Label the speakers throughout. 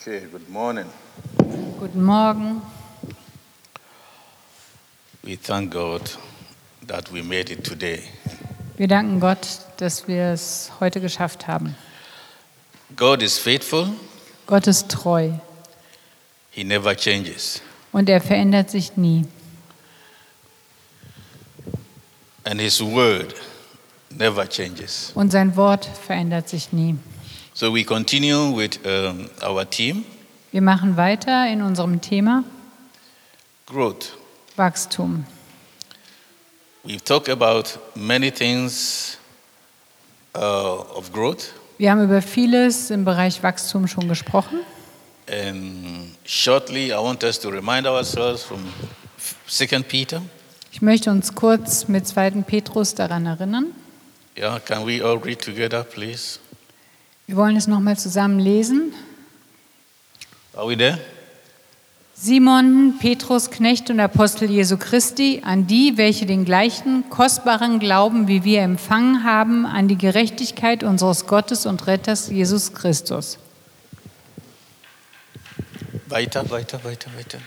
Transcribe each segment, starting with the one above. Speaker 1: Okay, good morning.
Speaker 2: Guten Morgen.
Speaker 1: We thank God that we made it today.
Speaker 2: Wir danken Gott, dass wir es heute geschafft haben.
Speaker 1: God is faithful,
Speaker 2: Gott ist treu
Speaker 1: He never changes,
Speaker 2: und er verändert sich nie.
Speaker 1: and His word never changes.
Speaker 2: Und sein Wort verändert sich nie.
Speaker 1: So we continue with um, our team
Speaker 2: Wir machen weiter in unserem Thema
Speaker 1: growth.
Speaker 2: Wachstum.
Speaker 1: We've talked about many things uh, of growth
Speaker 2: Wir haben über vieles im Bereich Wachstum schon gesprochen.
Speaker 1: and shortly I want us to remind ourselves from 2 Peter.
Speaker 2: Ich möchte uns kurz mit 2. Petrus daran erinnern.
Speaker 1: Yeah, can we all read together please?
Speaker 2: Wir wollen es nochmal zusammen lesen.
Speaker 1: Are we there?
Speaker 2: Simon, Petrus, Knecht und Apostel Jesu Christi, an die, welche den gleichen kostbaren Glauben wie wir empfangen haben, an die Gerechtigkeit unseres Gottes und Retters Jesus Christus.
Speaker 1: Weiter, weiter, weiter, weiter.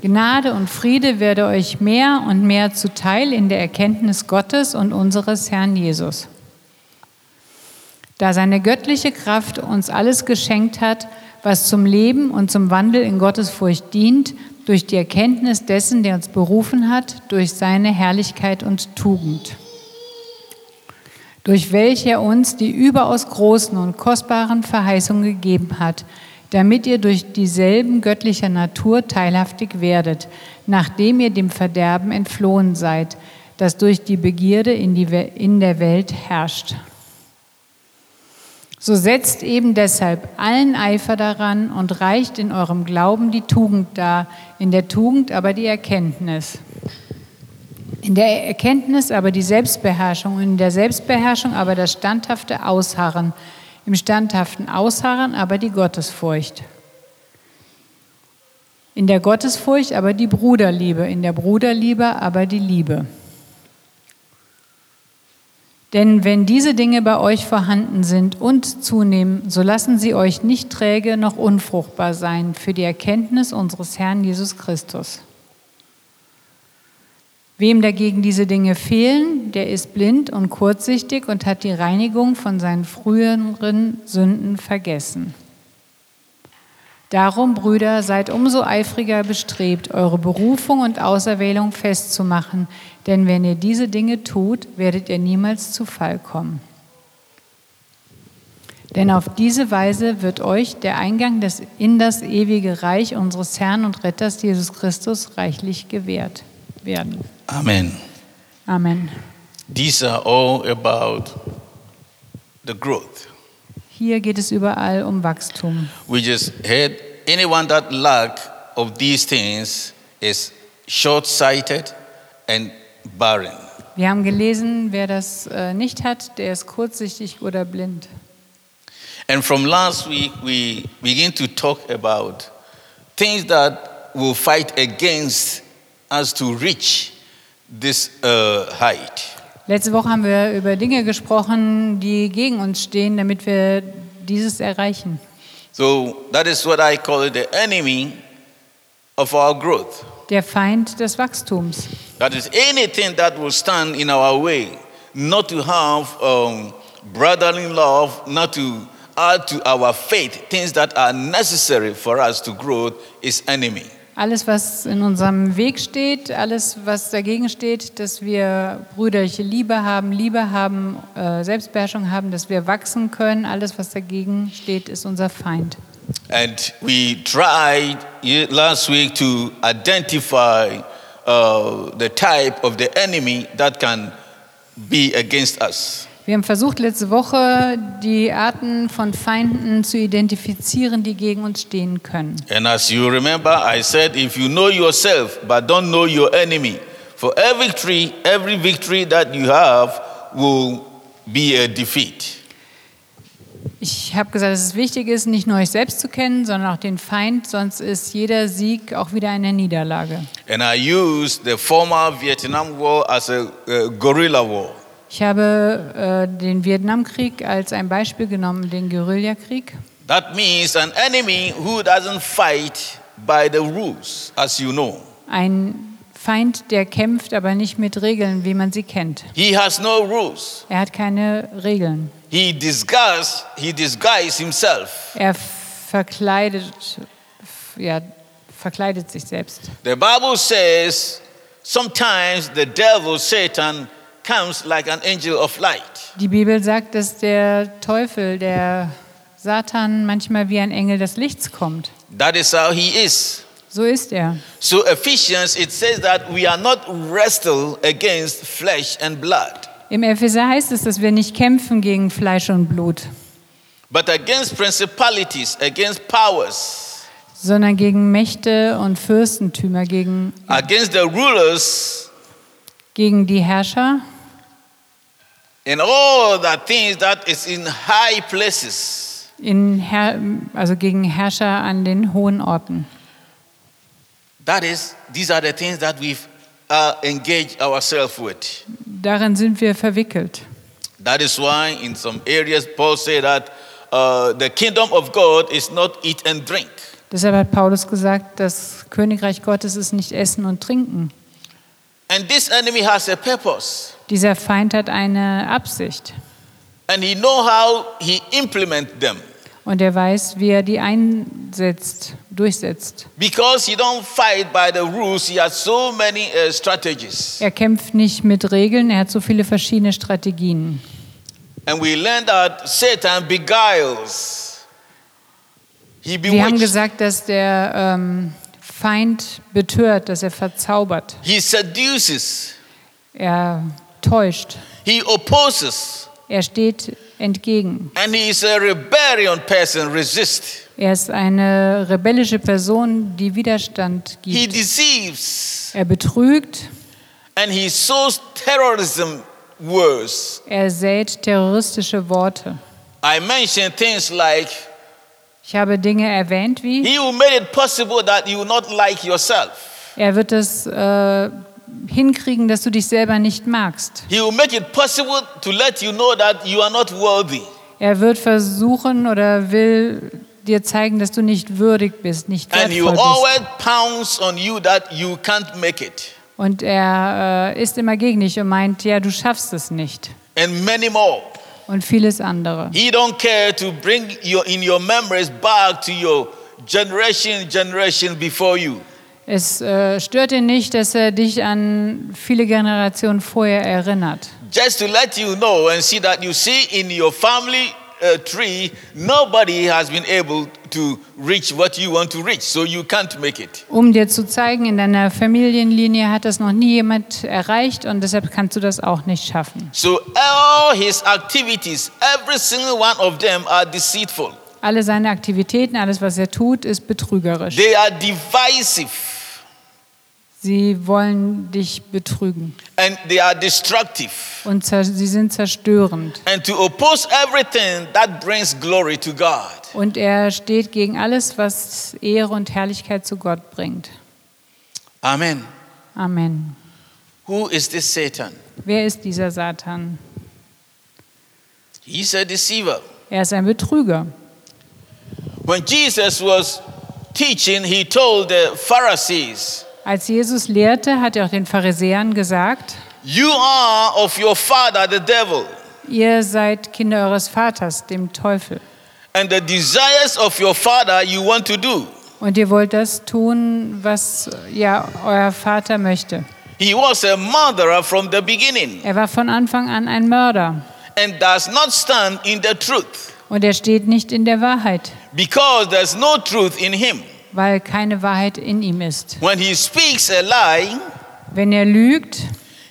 Speaker 2: Gnade und Friede werde euch mehr und mehr zuteil in der Erkenntnis Gottes und unseres Herrn Jesus. Da seine göttliche Kraft uns alles geschenkt hat, was zum Leben und zum Wandel in Gottesfurcht dient, durch die Erkenntnis dessen, der uns berufen hat, durch seine Herrlichkeit und Tugend durch welche er uns die überaus großen und kostbaren Verheißungen gegeben hat, damit ihr durch dieselben göttlicher Natur teilhaftig werdet, nachdem ihr dem Verderben entflohen seid, das durch die Begierde in, die We in der Welt herrscht. So setzt eben deshalb allen Eifer daran und reicht in eurem Glauben die Tugend dar, in der Tugend aber die Erkenntnis. In der Erkenntnis aber die Selbstbeherrschung, und in der Selbstbeherrschung aber das standhafte Ausharren, im standhaften Ausharren aber die Gottesfurcht. In der Gottesfurcht aber die Bruderliebe, in der Bruderliebe aber die Liebe. Denn wenn diese Dinge bei euch vorhanden sind und zunehmen, so lassen sie euch nicht träge noch unfruchtbar sein für die Erkenntnis unseres Herrn Jesus Christus. Wem dagegen diese Dinge fehlen, der ist blind und kurzsichtig und hat die Reinigung von seinen früheren Sünden vergessen. Darum, Brüder, seid umso eifriger bestrebt, eure Berufung und Auserwählung festzumachen, denn wenn ihr diese Dinge tut, werdet ihr niemals zu Fall kommen. Denn auf diese Weise wird euch der Eingang des, in das ewige Reich unseres Herrn und Retters Jesus Christus reichlich gewährt werden.
Speaker 1: Amen.
Speaker 2: Amen.
Speaker 1: These are all about the growth.
Speaker 2: Hier geht es überall um Wachstum.
Speaker 1: We just heard anyone that lack of these things is short-sighted and barren.
Speaker 2: Wir haben gelesen, wer das äh, nicht hat, der ist kurzsichtig oder blind.
Speaker 1: And from last week, we begin to talk about things that will fight against us to reach this uh, height.
Speaker 2: Letzte Woche haben wir über Dinge gesprochen, die gegen uns stehen, damit wir dieses erreichen.
Speaker 1: So that is what I call the enemy of our growth.
Speaker 2: Der Feind des Wachstums.
Speaker 1: That is anything that will stand in our way, not to have um, brotherly love, not to add to our faith things that are necessary for us to grow is enemy.
Speaker 2: Alles, was in unserem Weg steht, alles, was dagegen steht, dass wir brüderliche Liebe haben, Liebe haben, äh, Selbstbeherrschung haben, dass wir wachsen können, alles, was dagegen steht, ist unser Feind.
Speaker 1: And we tried ye- last week to identify uh, the type of the enemy that can be against us.
Speaker 2: Wir haben versucht, letzte Woche die Arten von Feinden zu identifizieren, die gegen uns stehen können.
Speaker 1: And as you remember, I said, if you know yourself but don't know your enemy, for every tree, every victory that you have will be a defeat.
Speaker 2: Ich habe gesagt, dass es wichtig ist, nicht nur euch selbst zu kennen, sondern auch den Feind, sonst ist jeder Sieg auch wieder eine Niederlage.
Speaker 1: And I used the former Vietnam War as a, uh guerrilla war.
Speaker 2: Ich habe äh, den Vietnamkrieg als ein Beispiel genommen, den Guerillakrieg.
Speaker 1: That means an enemy who doesn't fight by the rules, as you know.
Speaker 2: Ein Feind, der kämpft, aber nicht mit Regeln, wie man sie kennt.
Speaker 1: He has no rules.
Speaker 2: Er hat keine Regeln.
Speaker 1: He disguises he disguised himself.
Speaker 2: Er verkleidet, ja, verkleidet sich selbst.
Speaker 1: The Bible says sometimes the devil, Satan, comes like an angel of light.
Speaker 2: Die Bibel sagt, dass der Teufel, der Satan, manchmal wie ein Engel des Lichts kommt.
Speaker 1: That is how he is.
Speaker 2: So ist er.
Speaker 1: So Ephesians it says that we are not wrestle against flesh and blood,
Speaker 2: Im Epheser heißt es, dass wir nicht kämpfen gegen Fleisch und Blut,
Speaker 1: but against principalities, against powers,
Speaker 2: sondern gegen Mächte und Fürstentümer, gegen,
Speaker 1: against the rulers
Speaker 2: gegen die Herrscher
Speaker 1: and all the things that is in high places.
Speaker 2: in Her also gegen Herrscher an den hohen Orten.
Speaker 1: That is, these are the things that we've uh, engaged ourselves with.
Speaker 2: Darin sind wir verwickelt.
Speaker 1: That is why, in some areas, Paul said that uh, the kingdom of God is not eat and drink.
Speaker 2: Deshalb hat Paulus gesagt, das Königreich Gottes ist nicht Essen und Trinken.
Speaker 1: And this enemy has a purpose,
Speaker 2: Dieser Feind hat eine Absicht
Speaker 1: and he know how he implement them
Speaker 2: und er weiß, wie er die einsetzt, durchsetzt.
Speaker 1: because he don't fight by the rules. He has so many uh, strategies,
Speaker 2: Er kämpft nicht mit Regeln, er hat so viele verschiedene Strategien.
Speaker 1: and we learn that Satan beguiles. He
Speaker 2: Wir haben
Speaker 1: bewitches.
Speaker 2: gesagt, dass der ähm, Feind betört, dass er verzaubert,
Speaker 1: He seduces.
Speaker 2: er täuscht,
Speaker 1: He opposes.
Speaker 2: er steht entgegen.
Speaker 1: And he is a rebellion person, resist.
Speaker 2: Er ist eine rebellische Person, die Widerstand
Speaker 1: He
Speaker 2: gibt.
Speaker 1: deceives.
Speaker 2: Er betrügt,
Speaker 1: And he sows terrorism words.
Speaker 2: er sät terroristische Worte.
Speaker 1: I mentioned things like
Speaker 2: Ich habe Dinge erwähnt wie
Speaker 1: he who made it possible that you will not like yourself.
Speaker 2: Er wird es äh, hinkriegen, dass du dich selber nicht magst.
Speaker 1: He will make it possible to let you know that you are not worthy.
Speaker 2: Er wird versuchen oder will dir zeigen, dass du nicht würdig bist, nicht
Speaker 1: And he will
Speaker 2: wertvoll bist.
Speaker 1: always pounce on you that you can't make it.
Speaker 2: Und er äh, ist immer gegen dich und meint, ja, du schaffst es nicht.
Speaker 1: And many more.
Speaker 2: Und vieles andere.
Speaker 1: He don't care to bring your in your memories back to your generation, generation before you.
Speaker 2: Es äh, stört ihn nicht, dass er dich an viele Generationen vorher erinnert.
Speaker 1: Just to let you know and see that you see in your family uh, tree, nobody has been able to reach what you want to reach, so you can't make it.
Speaker 2: Um dir zu zeigen, in deiner Familienlinie hat das noch nie jemand erreicht und deshalb kannst du das auch nicht schaffen.
Speaker 1: So all his activities, every single one of them are deceitful.
Speaker 2: Alle seine Aktivitäten, alles, was er tut, ist betrügerisch.
Speaker 1: They are divisive
Speaker 2: Sie wollen dich betrügen
Speaker 1: and they are destructive.
Speaker 2: und zer- sie sind zerstörend.
Speaker 1: And to oppose everything that brings glory to God.
Speaker 2: Und er steht gegen alles, was Ehre und Herrlichkeit zu Gott bringt.
Speaker 1: Amen.
Speaker 2: Amen.
Speaker 1: Who is this Satan?
Speaker 2: Wer ist dieser Satan?
Speaker 1: He's a deceiver.
Speaker 2: Er ist ein Betrüger.
Speaker 1: When Jesus was teaching, he told the Pharisees,
Speaker 2: Als Jesus lehrte, hat er auch den Pharisäern gesagt,
Speaker 1: You are of your father, the devil,
Speaker 2: ihr seid Kinder eures Vaters, dem Teufel.
Speaker 1: and the desires of your father you want to do.
Speaker 2: Und ihr wollt das tun, was ja euer Vater möchte.
Speaker 1: He was a murderer from the beginning
Speaker 2: Er war von Anfang an ein Mörder.
Speaker 1: and does not stand in the truth
Speaker 2: Und er steht nicht in der Wahrheit,
Speaker 1: because there's no truth in him.
Speaker 2: weil keine Wahrheit in ihm ist.
Speaker 1: When he speaks a lie,
Speaker 2: Wenn er lügt,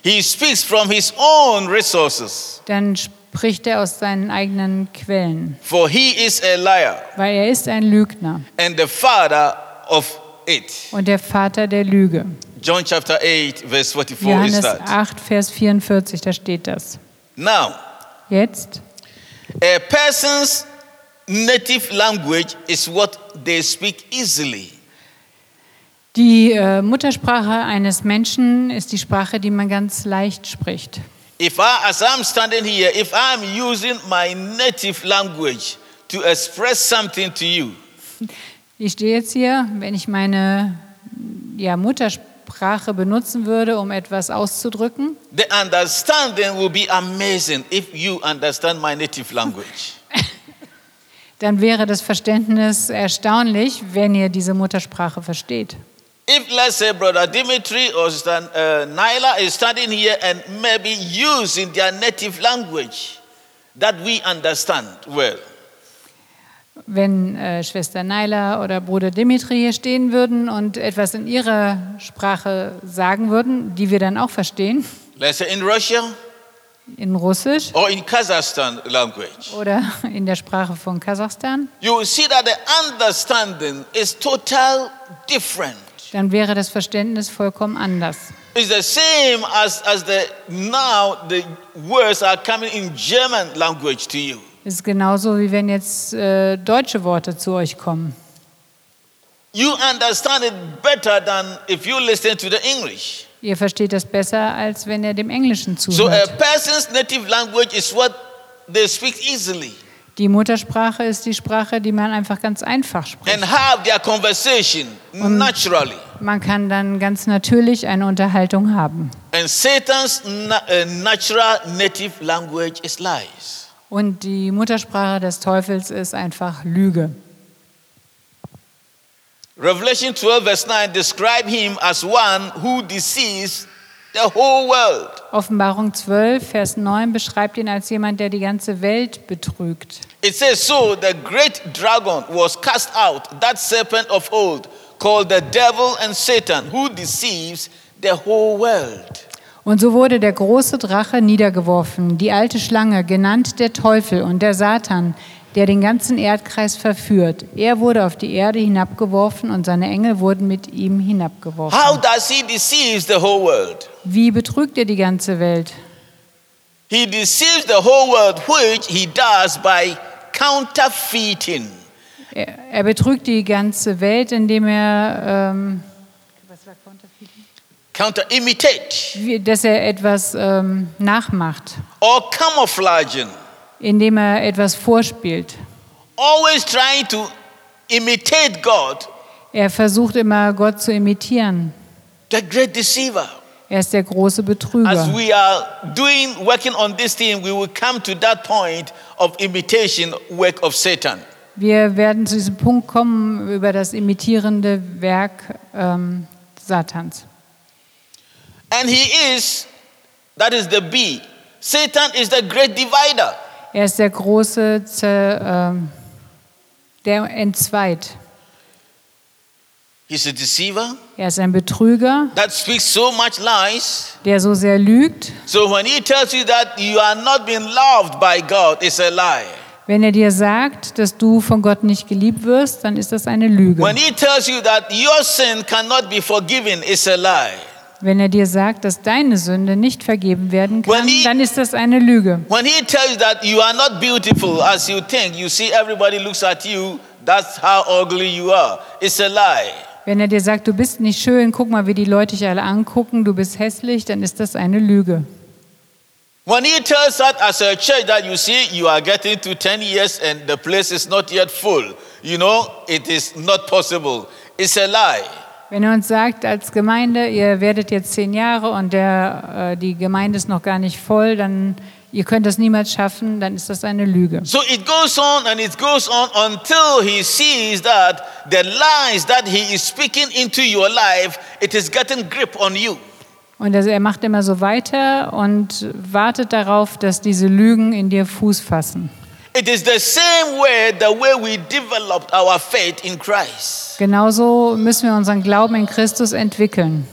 Speaker 1: he speaks from his own resources,
Speaker 2: dann spricht er aus seinen eigenen Quellen,
Speaker 1: for he is a liar
Speaker 2: weil er ist ein Lügner
Speaker 1: and the father of it.
Speaker 2: und der Vater der Lüge.
Speaker 1: John chapter 8, verse 44 is
Speaker 2: Johannes
Speaker 1: that.
Speaker 2: 8, Vers 44, da steht das.
Speaker 1: Now,
Speaker 2: Jetzt,
Speaker 1: a person's native language is what they speak easily.
Speaker 2: die äh, Muttersprache eines Menschen ist die Sprache, die man ganz leicht spricht.
Speaker 1: If I, as I'm standing here, if I'm using my native language to express something to you.
Speaker 2: Ich stehe jetzt hier, wenn ich meine ja, Muttersprache benutzen würde, um etwas auszudrücken,
Speaker 1: The understanding will be amazing if you understand my native language.
Speaker 2: dann wäre das Verständnis erstaunlich, wenn ihr diese Muttersprache versteht.
Speaker 1: If, let's say, Brother Dimitri or Sister uh, Nyla is standing here and maybe using their native language that we understand well,
Speaker 2: Wenn äh, Schwester Naila oder Bruder Dimitri hier stehen würden und etwas in ihrer Sprache sagen würden, die wir dann auch verstehen,
Speaker 1: let's say in Russia
Speaker 2: in Russisch
Speaker 1: or in Kazakhstan language,
Speaker 2: oder in der Sprache von Kasachstan,
Speaker 1: you will see that the understanding is total different.
Speaker 2: dann wäre das Verständnis vollkommen anders.
Speaker 1: It's the same as, as the now the words are coming in German language to you.
Speaker 2: Es ist genauso, wie wenn jetzt äh, deutsche Worte zu euch kommen.
Speaker 1: You understand it better than if you listen to the English.
Speaker 2: Ihr versteht das besser, als wenn ihr dem Englischen
Speaker 1: So äh, a
Speaker 2: zuhört.
Speaker 1: person's native language is what they speak easily
Speaker 2: Die Muttersprache ist die Sprache, die man einfach ganz einfach
Speaker 1: and
Speaker 2: spricht.
Speaker 1: have their conversation naturally.
Speaker 2: Man kann dann ganz natürlich eine Unterhaltung haben.
Speaker 1: And Satan's na- uh, natural native language is lies.
Speaker 2: Und die Muttersprache des Teufels ist einfach Lüge.
Speaker 1: Revelation 12 verse 9 describe him as one who deceives the whole world.
Speaker 2: Offenbarung 12, Vers 9 beschreibt ihn als jemand, der die ganze Welt betrügt.
Speaker 1: It says, So the great dragon was cast out, that serpent of old, called the devil and Satan, who deceives the whole world.
Speaker 2: Und so wurde der große Drache niedergeworfen, die alte Schlange, genannt der Teufel und der Satan, der den ganzen Erdkreis verführt. Er wurde auf die Erde hinabgeworfen und seine Engel wurden mit ihm hinabgeworfen.
Speaker 1: How does he deceive the whole world?
Speaker 2: Wie betrügt er die ganze Welt?
Speaker 1: He deceives the whole world, which he does by counterfeiting.
Speaker 2: Er, er betrügt die ganze Welt, indem er, ähm,
Speaker 1: Counter imitate
Speaker 2: wie- dass er etwas ähm, nachmacht,
Speaker 1: or camouflaging,
Speaker 2: indem er etwas vorspielt.
Speaker 1: always trying to imitate God,
Speaker 2: Er versucht immer, Gott zu imitieren.
Speaker 1: the great deceiver.
Speaker 2: Er ist der große Betrüger.
Speaker 1: As we are doing working on this thing, we will come to that point of imitation work of Satan.
Speaker 2: Wir werden zu diesem Punkt kommen über das imitierende Werk ähm, Satans.
Speaker 1: And he is, that is the B. Satan is the great divider.
Speaker 2: Er ist der große, Zer, ähm, der entzweit.
Speaker 1: He's a deceiver
Speaker 2: Er ist ein Betrüger,
Speaker 1: that speaks so much lies.
Speaker 2: der so sehr lügt.
Speaker 1: So when he tells you that you are not being loved by God, it's a lie.
Speaker 2: Wenn er dir sagt, dass du von Gott nicht geliebt wirst, dann ist das eine Lüge.
Speaker 1: When he tells you that your sin cannot be forgiven, it's a lie.
Speaker 2: Wenn er dir sagt, dass deine Sünde nicht vergeben werden kann,
Speaker 1: When he-
Speaker 2: dann ist das eine Lüge.
Speaker 1: When he tells you that you are not beautiful as you think, you see everybody looks at you, that's how ugly you are. It's a lie.
Speaker 2: Wenn er dir sagt, du bist nicht schön, guck mal, wie die Leute dich alle angucken, du bist hässlich, dann ist das eine Lüge.
Speaker 1: When he tells that as a church that you see you are getting to 10 years and the place is not yet full, you know, it is not possible. It's a lie.
Speaker 2: Wenn er uns sagt, als Gemeinde, ihr werdet jetzt zehn Jahre und der, äh, die Gemeinde ist noch gar nicht voll, dann ihr könnt das niemals schaffen, dann ist das eine Lüge.
Speaker 1: So it goes on and it goes on until he sees that the lies that he is speaking into your life, it is getting grip on you.
Speaker 2: Und also er macht immer so weiter und wartet darauf, dass diese Lügen in dir Fuß fassen.
Speaker 1: It is the same way the way we developed our faith in Christ.
Speaker 2: Genauso müssen wir unseren Glauben in Christus entwickeln.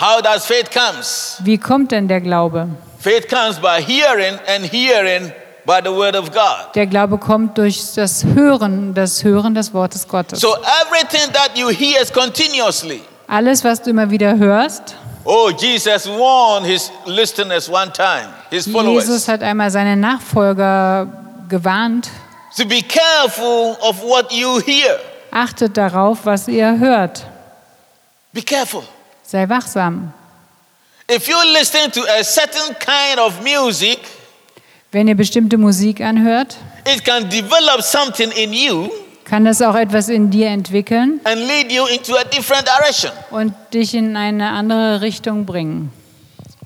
Speaker 1: How does faith comes?
Speaker 2: Wie kommt denn der Glaube?
Speaker 1: Faith comes by hearing and hearing by the word of God.
Speaker 2: Der Glaube kommt durch das Hören, das Hören des Wortes Gottes.
Speaker 1: So everything that you hear is continuously.
Speaker 2: Alles, was du immer wieder hörst,
Speaker 1: Oh, Jesus warned his listeners one time, his followers,
Speaker 2: Jesus hat einmal seine Nachfolger gewarnt,
Speaker 1: to be careful of what you hear.
Speaker 2: Achtet darauf, was ihr hört.
Speaker 1: Be careful.
Speaker 2: Sei wachsam.
Speaker 1: If you listen to a certain kind of music,
Speaker 2: Wenn ihr bestimmte Musik anhört,
Speaker 1: It can develop something in you
Speaker 2: kann das auch etwas in dir entwickeln
Speaker 1: and lead you into a different direction.
Speaker 2: und dich in eine andere Richtung bringen.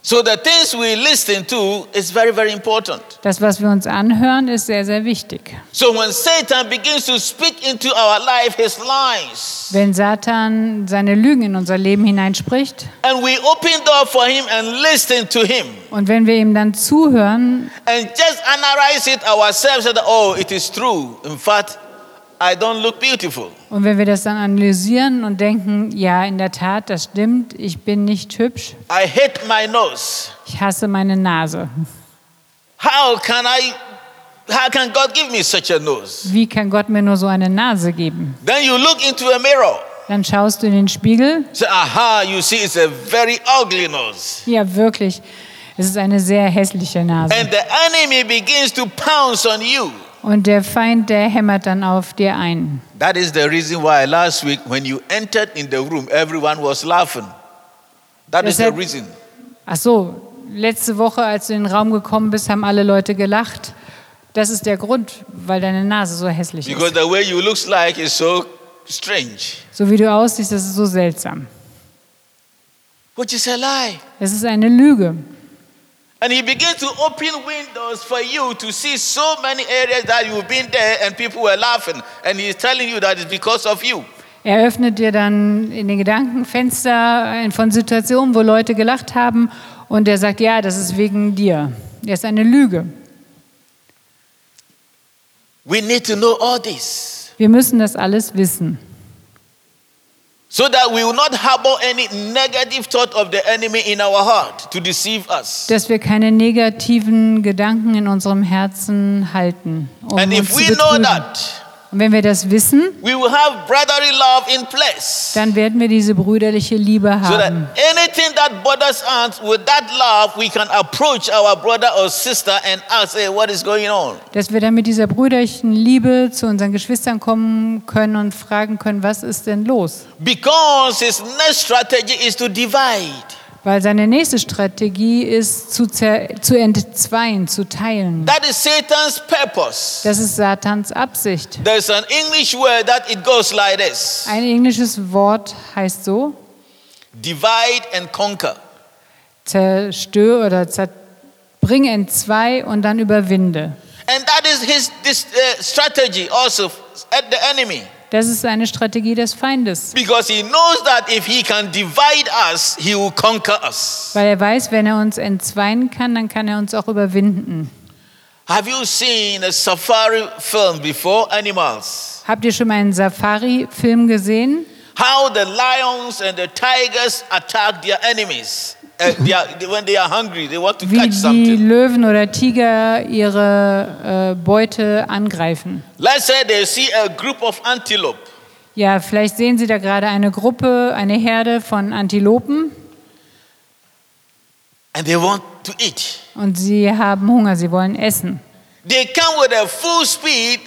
Speaker 1: So the things we listen to is very, very important.
Speaker 2: Das, was wir uns anhören, ist sehr, sehr wichtig.
Speaker 1: So when Satan begins to speak into our life his lies,
Speaker 2: Wenn Satan seine Lügen in unser Leben hineinspricht
Speaker 1: and we open door for him and listen to him,
Speaker 2: und wenn wir ihm dann zuhören
Speaker 1: and just analyze it ourselves and oh, it is true. In fact, I don't look beautiful.
Speaker 2: und wenn wir das dann analysieren und denken, ja, in der Tat, das stimmt, ich bin nicht hübsch,
Speaker 1: I hate my nose.
Speaker 2: ich hasse meine Nase.
Speaker 1: How can I? How can God give me such a nose?
Speaker 2: Wie kann Gott mir nur so eine Nase geben?
Speaker 1: Then you look into a mirror.
Speaker 2: Dann schaust du in den Spiegel,
Speaker 1: Say, aha, you see, it's a very ugly nose.
Speaker 2: ja, wirklich, es ist eine sehr hässliche Nase.
Speaker 1: And the enemy begins to pounce on you.
Speaker 2: Und der Feind, der hämmert dann auf dir ein.
Speaker 1: That is the reason why last week, when you entered in the room, everyone was laughing. That is the
Speaker 2: Deshalb-
Speaker 1: reason.
Speaker 2: Ach so, letzte Woche, als du in den Raum gekommen bist, haben alle Leute gelacht. Das ist der Grund, weil deine Nase so hässlich
Speaker 1: Because
Speaker 2: ist.
Speaker 1: the way you look like is so strange,
Speaker 2: So wie du aussiehst, das ist so seltsam.
Speaker 1: which is a lie.
Speaker 2: Das ist eine Lüge.
Speaker 1: And he begins to open windows for you to see so many areas that you've been there and people were laughing. And he's telling you that it's because of you.
Speaker 2: Er öffnet dir dann in den Gedanken Fenster äh, von Situationen, wo Leute gelacht haben und er sagt, ja, das ist wegen dir. Das ist eine Lüge.
Speaker 1: We need to know all this
Speaker 2: Wir müssen das alles wissen,
Speaker 1: so that we will not harbor any negative thought of the enemy in our heart to deceive us.
Speaker 2: dass wir keine negativen Gedanken in unserem Herzen halten. Um
Speaker 1: And
Speaker 2: uns
Speaker 1: if
Speaker 2: zu
Speaker 1: we know
Speaker 2: betrügen.
Speaker 1: that,
Speaker 2: Und wenn wir das wissen,
Speaker 1: we will have brotherly love in place.
Speaker 2: dann werden wir diese brüderliche Liebe
Speaker 1: So that
Speaker 2: haben.
Speaker 1: anything that bothers us, with that love, we can approach our brother or sister and ask, hey, what is going on?
Speaker 2: Dass wir dann mit dieser brüderlichen Liebe zu unseren Geschwistern kommen können und fragen können, was ist denn los?
Speaker 1: Because his next strategy is to divide.
Speaker 2: Weil seine nächste Strategie ist, zu, zer- zu entzweien, zu teilen.
Speaker 1: That is Satan's purpose.
Speaker 2: Das ist Satans Absicht.
Speaker 1: There's an English word that it goes like this
Speaker 2: Ein englisches Wort heißt so,
Speaker 1: divide and conquer.
Speaker 2: zerstör oder zer bring entzwei und dann überwinde.
Speaker 1: And that is his this, uh, strategy also at the enemy.
Speaker 2: Das ist eine Strategie des Feindes.
Speaker 1: Because he knows that if he can divide us, he will conquer us.
Speaker 2: Weil er weiß, wenn er uns entzweien kann, dann kann er uns auch überwinden.
Speaker 1: Have you seen a safari film before? Animals.
Speaker 2: Habt ihr schon mal einen Safari-Film gesehen?
Speaker 1: How the lions and the tigers attack their enemies. Uh, they are, when they are hungry, they want to
Speaker 2: Wie
Speaker 1: catch
Speaker 2: die
Speaker 1: something.
Speaker 2: Löwen oder Tiger ihre äh, Beute angreifen.
Speaker 1: Let's say they see a group of antelope.
Speaker 2: Ja, vielleicht sehen Sie da gerade eine Gruppe, eine Herde von Antilopen
Speaker 1: and they want to eat.
Speaker 2: und sie haben Hunger, sie wollen essen.
Speaker 1: They come with a full speed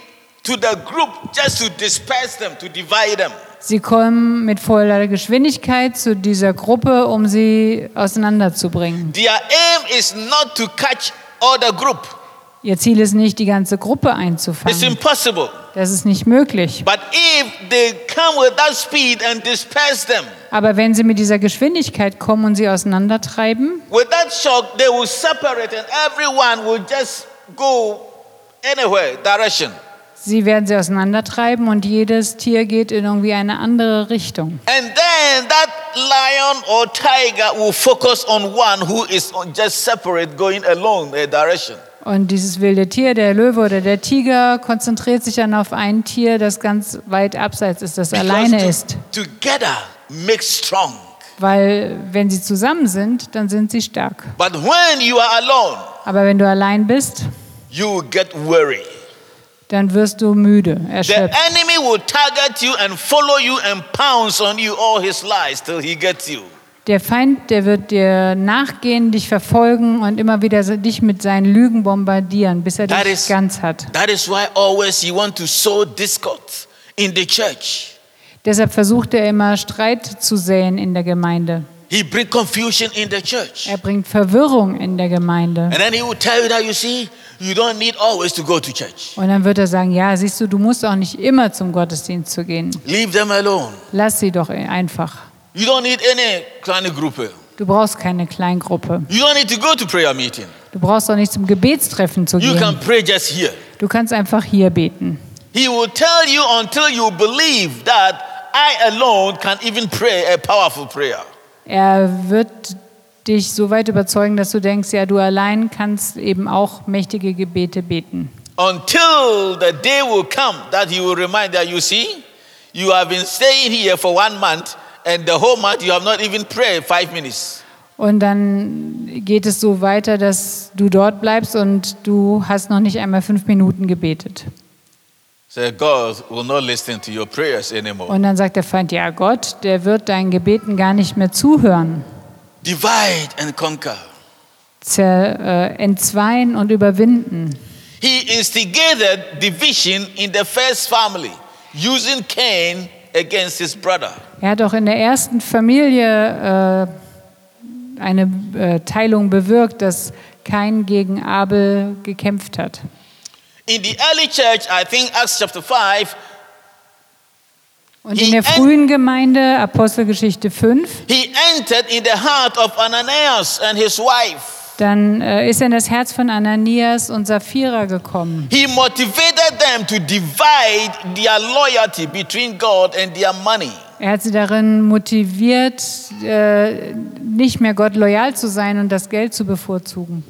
Speaker 1: to the group just to disperse them, to divide them.
Speaker 2: Sie kommen mit voller Geschwindigkeit zu dieser Gruppe, um sie auseinanderzubringen.
Speaker 1: Their aim is not to catch all the group.
Speaker 2: Ihr Ziel ist nicht, die ganze Gruppe
Speaker 1: It's
Speaker 2: einzufangen.
Speaker 1: impossible.
Speaker 2: Das ist nicht möglich.
Speaker 1: But if they come with that speed and disperse them,
Speaker 2: Aber wenn Sie mit dieser Geschwindigkeit kommen und sie auseinandertreiben,
Speaker 1: with that shock, they will separate and everyone will just go anywhere, direction.
Speaker 2: Sie werden sie auseinandertreiben und jedes Tier geht in irgendwie eine andere Richtung.
Speaker 1: And then that lion or tiger will focus on one who is on just separate, going alone, a direction.
Speaker 2: Und dieses wilde Tier, der Löwe oder der Tiger, konzentriert sich dann auf ein Tier, das ganz weit abseits ist, das alleine
Speaker 1: Because
Speaker 2: ist.
Speaker 1: to- Together make strong.
Speaker 2: Weil wenn sie zusammen sind, dann sind sie stark.
Speaker 1: But when you are alone,
Speaker 2: Aber wenn du allein bist,
Speaker 1: you will get weary.
Speaker 2: dann wirst du müde,
Speaker 1: The
Speaker 2: erschöpft.
Speaker 1: enemy will target you and follow you and pounce on you all his lies till he gets you.
Speaker 2: Der Feind, der wird dir nachgehen, dich verfolgen und immer wieder dich mit seinen Lügen bombardieren, bis er
Speaker 1: That
Speaker 2: dich
Speaker 1: is-
Speaker 2: ganz hat.
Speaker 1: That is why always you want to sow discord in the church.
Speaker 2: Deshalb versucht er immer Streit zu säen in der Gemeinde.
Speaker 1: He bring confusion in the church.
Speaker 2: Er bringt Verwirrung in der Gemeinde.
Speaker 1: And then he will tell you that you see, you don't need always to go to church.
Speaker 2: Und dann wird er sagen, ja, siehst du, du musst auch nicht immer zum Gottesdienst zu gehen.
Speaker 1: Leave them alone.
Speaker 2: Lass sie doch einfach.
Speaker 1: You don't need any kleine Gruppe.
Speaker 2: Du brauchst keine Kleingruppe.
Speaker 1: You don't need to go to prayer meeting.
Speaker 2: Du brauchst auch nicht zum Gebetstreffen zu
Speaker 1: You can
Speaker 2: gehen.
Speaker 1: pray just here.
Speaker 2: Du kannst einfach hier beten.
Speaker 1: He will tell you until you believe that I alone can even pray a powerful prayer.
Speaker 2: Er wird dich so weit überzeugen, dass du denkst, ja, du allein kannst eben auch mächtige Gebete beten.
Speaker 1: Until the day will come that he will remind that you see, you have been staying here for one month and the whole month you have not even prayed five minutes.
Speaker 2: Und dann geht es so weiter, dass du dort bleibst und du hast noch nicht einmal fünf Minuten gebetet.
Speaker 1: So God will not listen to your prayers anymore.
Speaker 2: Und dann sagt der Feind, ja Gott, der wird deinen Gebeten gar nicht mehr zuhören.
Speaker 1: Divide and conquer.
Speaker 2: Zer, äh, entzweien und überwinden.
Speaker 1: He instigated division in the first family using Cain against his brother.
Speaker 2: Er hat auch in der ersten Familie äh, eine äh, Teilung bewirkt, dass Kain gegen Abel gekämpft hat.
Speaker 1: In the early church, I think Acts chapter 5,
Speaker 2: Und in der frühen Gemeinde, Apostelgeschichte 5,
Speaker 1: he entered in the heart of Ananias and his wife.
Speaker 2: dann äh, ist er in das Herz von Ananias und Sapphira gekommen.
Speaker 1: He motivated them to divide their loyalty between God and their money.
Speaker 2: Er hat sie darin motiviert, äh, nicht mehr Gott loyal zu sein und das Geld zu bevorzugen.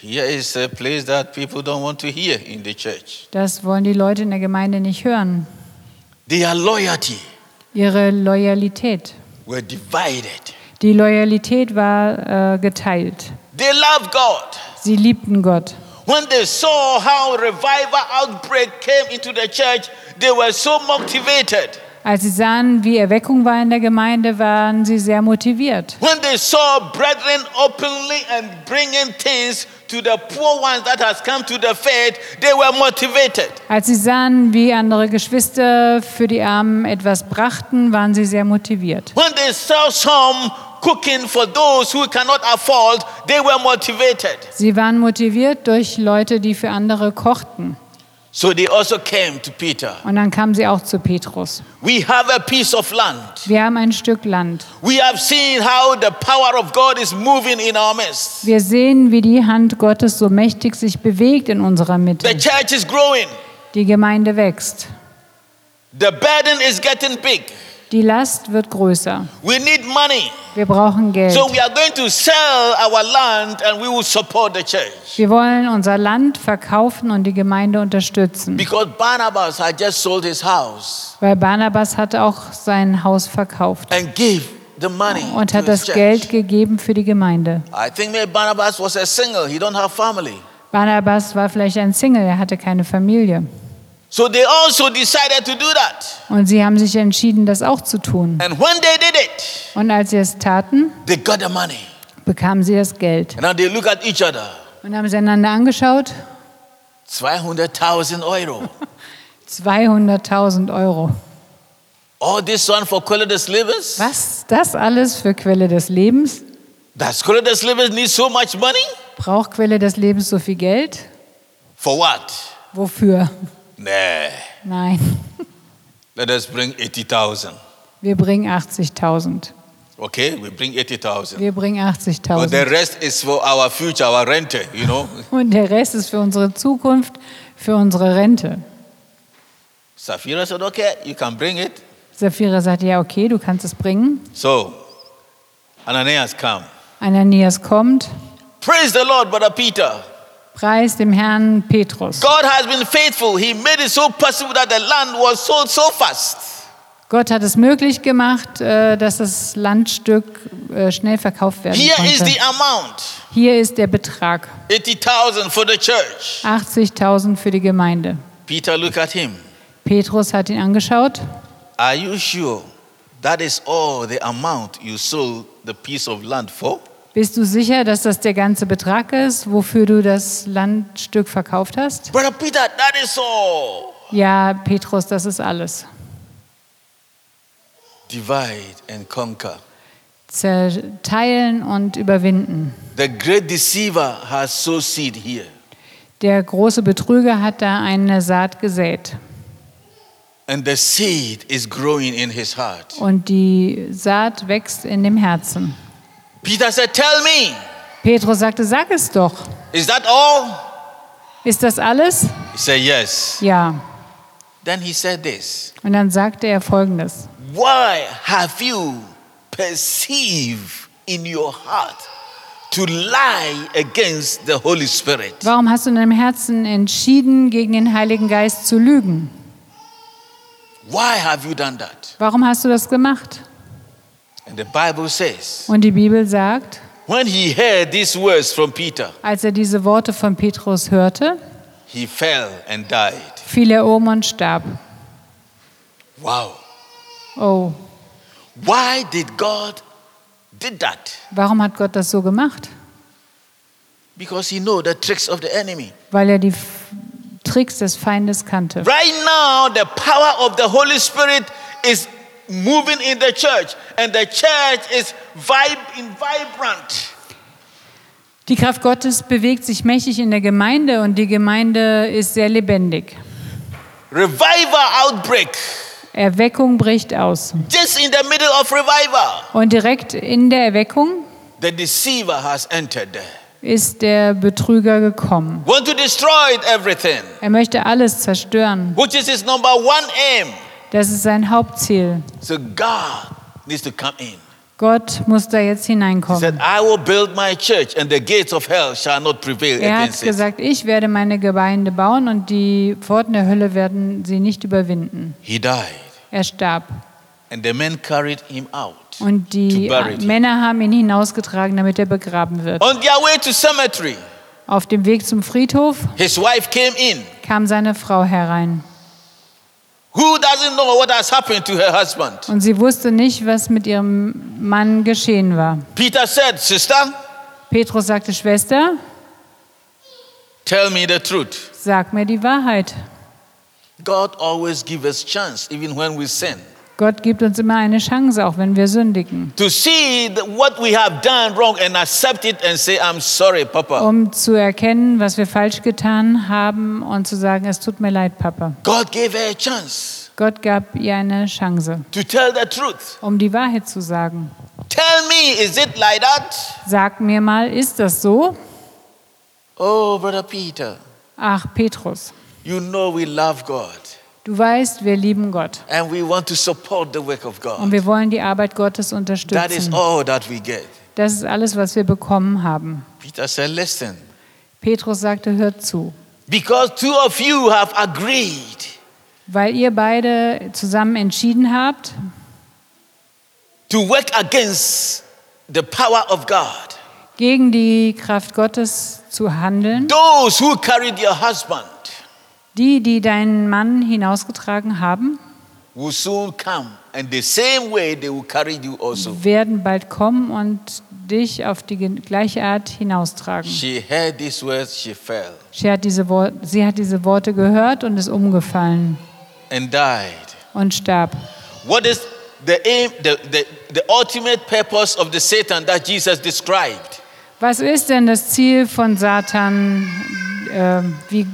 Speaker 1: Here is a place that people don't want to hear in the church.
Speaker 2: Das wollen die Leute in der Gemeinde nicht hören.
Speaker 1: Their loyalty
Speaker 2: Ihre Loyalität.
Speaker 1: were divided.
Speaker 2: Die Loyalität war äh, geteilt.
Speaker 1: They loved God.
Speaker 2: Sie liebten Gott.
Speaker 1: When they saw how revival outbreak came into the church, they were so motivated.
Speaker 2: Als sie sahen, wie Erweckung war in der Gemeinde, waren sie sehr motiviert.
Speaker 1: When they saw brethren openly and bringing things to the poor ones that has come to the faith, they were motivated.
Speaker 2: Als sie sahen, wie andere Geschwister für die Armen etwas brachten, waren sie sehr motiviert.
Speaker 1: When they saw some cooking for those who cannot afford, they were motivated.
Speaker 2: Sie waren motiviert durch Leute, die für andere kochten.
Speaker 1: So they also came to Peter.
Speaker 2: Und dann kamen sie auch zu Petrus.
Speaker 1: We have a piece of land.
Speaker 2: Wir haben ein Stück Land.
Speaker 1: We have seen how the power of God is moving in our midst.
Speaker 2: Wir sehen, wie die Hand Gottes so mächtig sich bewegt in unserer
Speaker 1: The
Speaker 2: Mitte.
Speaker 1: church is growing.
Speaker 2: Die Gemeinde wächst.
Speaker 1: The burden is getting big.
Speaker 2: Die Last wird größer.
Speaker 1: We need money.
Speaker 2: Wir brauchen Geld.
Speaker 1: So we are going to sell our land and we will support the church.
Speaker 2: Wir wollen unser Land verkaufen und die Gemeinde unterstützen.
Speaker 1: Because Barnabas had just sold his house
Speaker 2: Weil Barnabas hat auch sein Haus verkauft
Speaker 1: and gave the money
Speaker 2: und
Speaker 1: to
Speaker 2: hat
Speaker 1: his
Speaker 2: das Geld
Speaker 1: church.
Speaker 2: gegeben für die Gemeinde.
Speaker 1: I think maybe Barnabas was a single. He don't have family.
Speaker 2: Barnabas war vielleicht ein Single, er hatte keine Familie.
Speaker 1: So they also decided to do that.
Speaker 2: Und sie haben sich entschieden, das auch zu tun.
Speaker 1: And when they did it,
Speaker 2: Und als sie es taten,
Speaker 1: they got the money.
Speaker 2: bekamen sie das Geld.
Speaker 1: And now they look at each other.
Speaker 2: Und haben sie einander angeschaut,
Speaker 1: 200,000 euro.
Speaker 2: 200.000 Euro.
Speaker 1: All this one for Quilidus Livers?
Speaker 2: Was das alles für Quelle des Lebens?
Speaker 1: Does Quilidus Livers need so much money?
Speaker 2: Braucht Quelle des Lebens so viel Geld?
Speaker 1: For what?
Speaker 2: Wofür?
Speaker 1: Nah.
Speaker 2: Nein,
Speaker 1: Let us bring 80,000.
Speaker 2: wir bringen 80.000.
Speaker 1: Okay, we bring 80,000.
Speaker 2: Wir bringen
Speaker 1: But
Speaker 2: 80.000.
Speaker 1: the rest is for our future, our renter, you know.
Speaker 2: Und der Rest ist für unsere Zukunft, für unsere Rente.
Speaker 1: Safira said, okay, you can bring it.
Speaker 2: Sapphira sagte, ja, okay, du kannst es bringen.
Speaker 1: So, Ananias come.
Speaker 2: Ananias kommt,
Speaker 1: Praise the Lord, Brother Peter.
Speaker 2: preis dem Herrn Petrus.
Speaker 1: God has been faithful. He made it so possible that the land was sold so fast.
Speaker 2: Gott hat es möglich gemacht, äh, dass das Landstück äh, schnell verkauft werden
Speaker 1: Here is the
Speaker 2: konnte.
Speaker 1: amount
Speaker 2: Hier ist der Betrag.
Speaker 1: 80,000 for the church.
Speaker 2: 80.000 für die Gemeinde.
Speaker 1: Peter, look at him.
Speaker 2: Petrus hat ihn angeschaut.
Speaker 1: Are you sure that is all the amount you sold the piece of land for?
Speaker 2: Bist du sicher, dass das der ganze Betrag ist, wofür du das Landstück verkauft hast?
Speaker 1: Brother Peter, that is all.
Speaker 2: Ja, Petrus, das ist alles.
Speaker 1: Divide and conquer.
Speaker 2: zerteilen und überwinden.
Speaker 1: The great deceiver has sowed seed here.
Speaker 2: Der große Betrüger hat da eine Saat gesät
Speaker 1: And the seed is growing in his heart.
Speaker 2: und die Saat wächst in dem Herzen.
Speaker 1: Peter said, Tell me,
Speaker 2: Petrus sagte, sag es doch.
Speaker 1: is that all?
Speaker 2: Ist das alles?
Speaker 1: He said, Yes.
Speaker 2: Ja.
Speaker 1: Then he said this
Speaker 2: Und dann sagte er folgendes.
Speaker 1: Why have you perceived in your heart to lie against the Holy Spirit?
Speaker 2: Warum hast du in deinem Herzen entschieden, gegen den Heiligen Geist zu lügen?
Speaker 1: Why have you done that?
Speaker 2: Warum hast du das gemacht?
Speaker 1: And the Bible says,
Speaker 2: Und die Bibel sagt,
Speaker 1: When he heard these words from Peter,
Speaker 2: als er diese Worte von Petrus hörte,
Speaker 1: he fell and died.
Speaker 2: fiel er um und starb.
Speaker 1: Wow.
Speaker 2: Oh,
Speaker 1: Why did God did that?
Speaker 2: warum hat Gott das so gemacht?
Speaker 1: Because he know the tricks of the enemy.
Speaker 2: Weil er die F- Tricks des Feindes kannte.
Speaker 1: Right now, the power of the Holy Spirit is moving in the church, and the church is vib- in vibrant.
Speaker 2: Die Kraft Gottes bewegt sich mächtig in der Gemeinde und die Gemeinde ist sehr lebendig.
Speaker 1: Revival outbreak.
Speaker 2: Erweckung bricht aus.
Speaker 1: Just in the middle of revival,
Speaker 2: Und direkt in der Erweckung
Speaker 1: the deceiver has entered there.
Speaker 2: ist der Betrüger gekommen.
Speaker 1: Want to destroy everything,
Speaker 2: Er möchte alles zerstören.
Speaker 1: which is his number one aim.
Speaker 2: Das ist sein Hauptziel.
Speaker 1: So God needs to come in.
Speaker 2: Gott muss da jetzt
Speaker 1: He said,
Speaker 2: hineinkommen.
Speaker 1: I will build my church, and the gates of hell shall not prevail
Speaker 2: Er hat
Speaker 1: against it.
Speaker 2: gesagt, ich werde meine Gemeinde bauen und die Pforten der Hölle werden sie nicht überwinden.
Speaker 1: He died,
Speaker 2: Er starb.
Speaker 1: and the men carried him out.
Speaker 2: Und die
Speaker 1: To bury it.
Speaker 2: Männer haben ihn hinausgetragen, damit er begraben wird.
Speaker 1: On their way to cemetery,
Speaker 2: Auf dem Weg zum Friedhof
Speaker 1: his wife came in.
Speaker 2: kam seine Frau herein.
Speaker 1: Who doesn't know what has happened to her husband?
Speaker 2: Und sie wusste nicht, was mit ihrem Mann geschehen war.
Speaker 1: Peter said, Sister,
Speaker 2: Petrus sagte, Schwester,
Speaker 1: tell me the truth.
Speaker 2: sag mir die Wahrheit.
Speaker 1: God always gives us chance, even when we sin,
Speaker 2: Gott gibt uns immer eine Chance, auch wenn wir sündigen,
Speaker 1: to see that what we have done wrong and accept it and say, I'm sorry, Papa.
Speaker 2: um zu erkennen, was wir falsch getan haben und zu sagen, es tut mir leid, Papa.
Speaker 1: God gave her a chance
Speaker 2: Gott gab ihr eine Chance,
Speaker 1: to tell the truth.
Speaker 2: um die Wahrheit zu sagen.
Speaker 1: Tell me, is it like that?
Speaker 2: Sag mir mal, ist das so?
Speaker 1: Oh, Brother Peter,
Speaker 2: Ach, Petrus,
Speaker 1: you know we love God
Speaker 2: du weißt, wir lieben Gott
Speaker 1: and we want to support the work of
Speaker 2: und
Speaker 1: God.
Speaker 2: wir wollen die Arbeit Gottes
Speaker 1: That is
Speaker 2: unterstützen.
Speaker 1: all that we get.
Speaker 2: Das ist alles, was wir bekommen haben.
Speaker 1: Peter said, Listen,
Speaker 2: Petrus sagte, hört zu,
Speaker 1: because two of you have agreed
Speaker 2: weil ihr beide zusammen entschieden habt,
Speaker 1: to work against the power of God.
Speaker 2: gegen die Kraft Gottes zu handeln.
Speaker 1: Those who carried your husband
Speaker 2: Die, die deinen Mann hinausgetragen haben,
Speaker 1: will soon come, and the same way they will carry you also.
Speaker 2: werden bald kommen und dich auf die gen- gleiche Art hinaustragen.
Speaker 1: She heard these words, she fell
Speaker 2: Sie hat, diese Wor- sie hat diese Worte gehört und ist umgefallen
Speaker 1: and died.
Speaker 2: und starb.
Speaker 1: What is the aim, the, the, the ultimate purpose of the Satan that Jesus described?
Speaker 2: Was ist denn das Ziel von Satan, äh, wie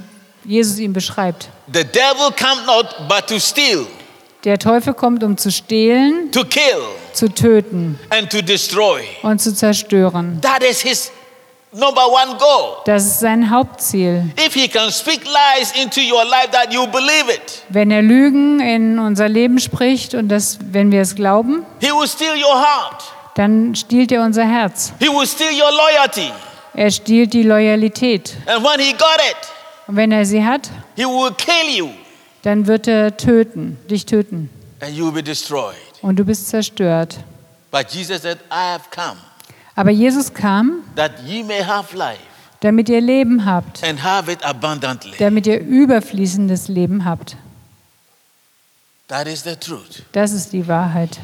Speaker 2: Jesus ihn beschreibt?
Speaker 1: The devil come not but to steal,
Speaker 2: Der Teufel kommt, um zu stehlen,
Speaker 1: to kill,
Speaker 2: zu töten
Speaker 1: and to destroy.
Speaker 2: und zu zerstören.
Speaker 1: That is his number one goal.
Speaker 2: Das ist sein Hauptziel.
Speaker 1: If he can speak lies into your life that you believe it,
Speaker 2: Wenn er Lügen in unser Leben spricht und das, wenn wir es glauben,
Speaker 1: he will steal your heart.
Speaker 2: dann stiehlt er unser Herz.
Speaker 1: He will steal your loyalty.
Speaker 2: Er stiehlt die Loyalität.
Speaker 1: And when he got it,
Speaker 2: Und wenn er sie hat,
Speaker 1: he will kill you
Speaker 2: dann wird er töten, dich töten.
Speaker 1: and you will be destroyed.
Speaker 2: Und du bist zerstört.
Speaker 1: But Jesus said, I have come
Speaker 2: Aber Jesus kam,
Speaker 1: that ye may have life
Speaker 2: damit ihr Leben habt,
Speaker 1: and have it abundantly.
Speaker 2: damit ihr überfließendes Leben habt.
Speaker 1: That is the truth.
Speaker 2: Das ist die Wahrheit.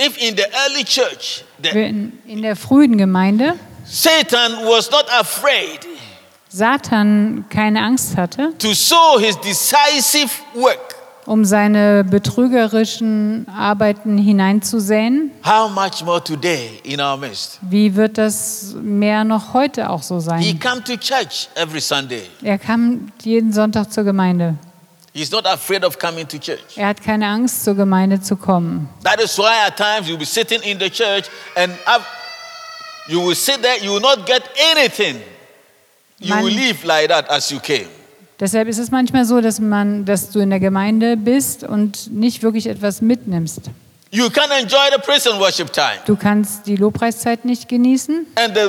Speaker 1: If in the early church, the,
Speaker 2: Wenn in der frühen Gemeinde
Speaker 1: Satan was not afraid
Speaker 2: Satan keine Angst hatte,
Speaker 1: to sow his decisive work,
Speaker 2: um seine betrügerischen Arbeiten hineinzusäen.
Speaker 1: How much more today in our midst?
Speaker 2: Wie wird das mehr noch heute auch so
Speaker 1: He
Speaker 2: sein?
Speaker 1: come to church every Sunday.
Speaker 2: Er kam jeden Sonntag zur Gemeinde.
Speaker 1: He's not afraid of coming to church.
Speaker 2: Er hat keine Angst, zur Gemeinde zu kommen.
Speaker 1: That is why at times you'll be sitting in the church and have- you will sit there, you will not get anything. You will
Speaker 2: Man-
Speaker 1: leave like that as you came.
Speaker 2: Deshalb ist es manchmal so, dass, man, dass du in der Gemeinde bist und nicht wirklich etwas mitnimmst.
Speaker 1: You can't enjoy the praise and worship time.
Speaker 2: Du kannst die Lobpreiszeit nicht genießen
Speaker 1: And the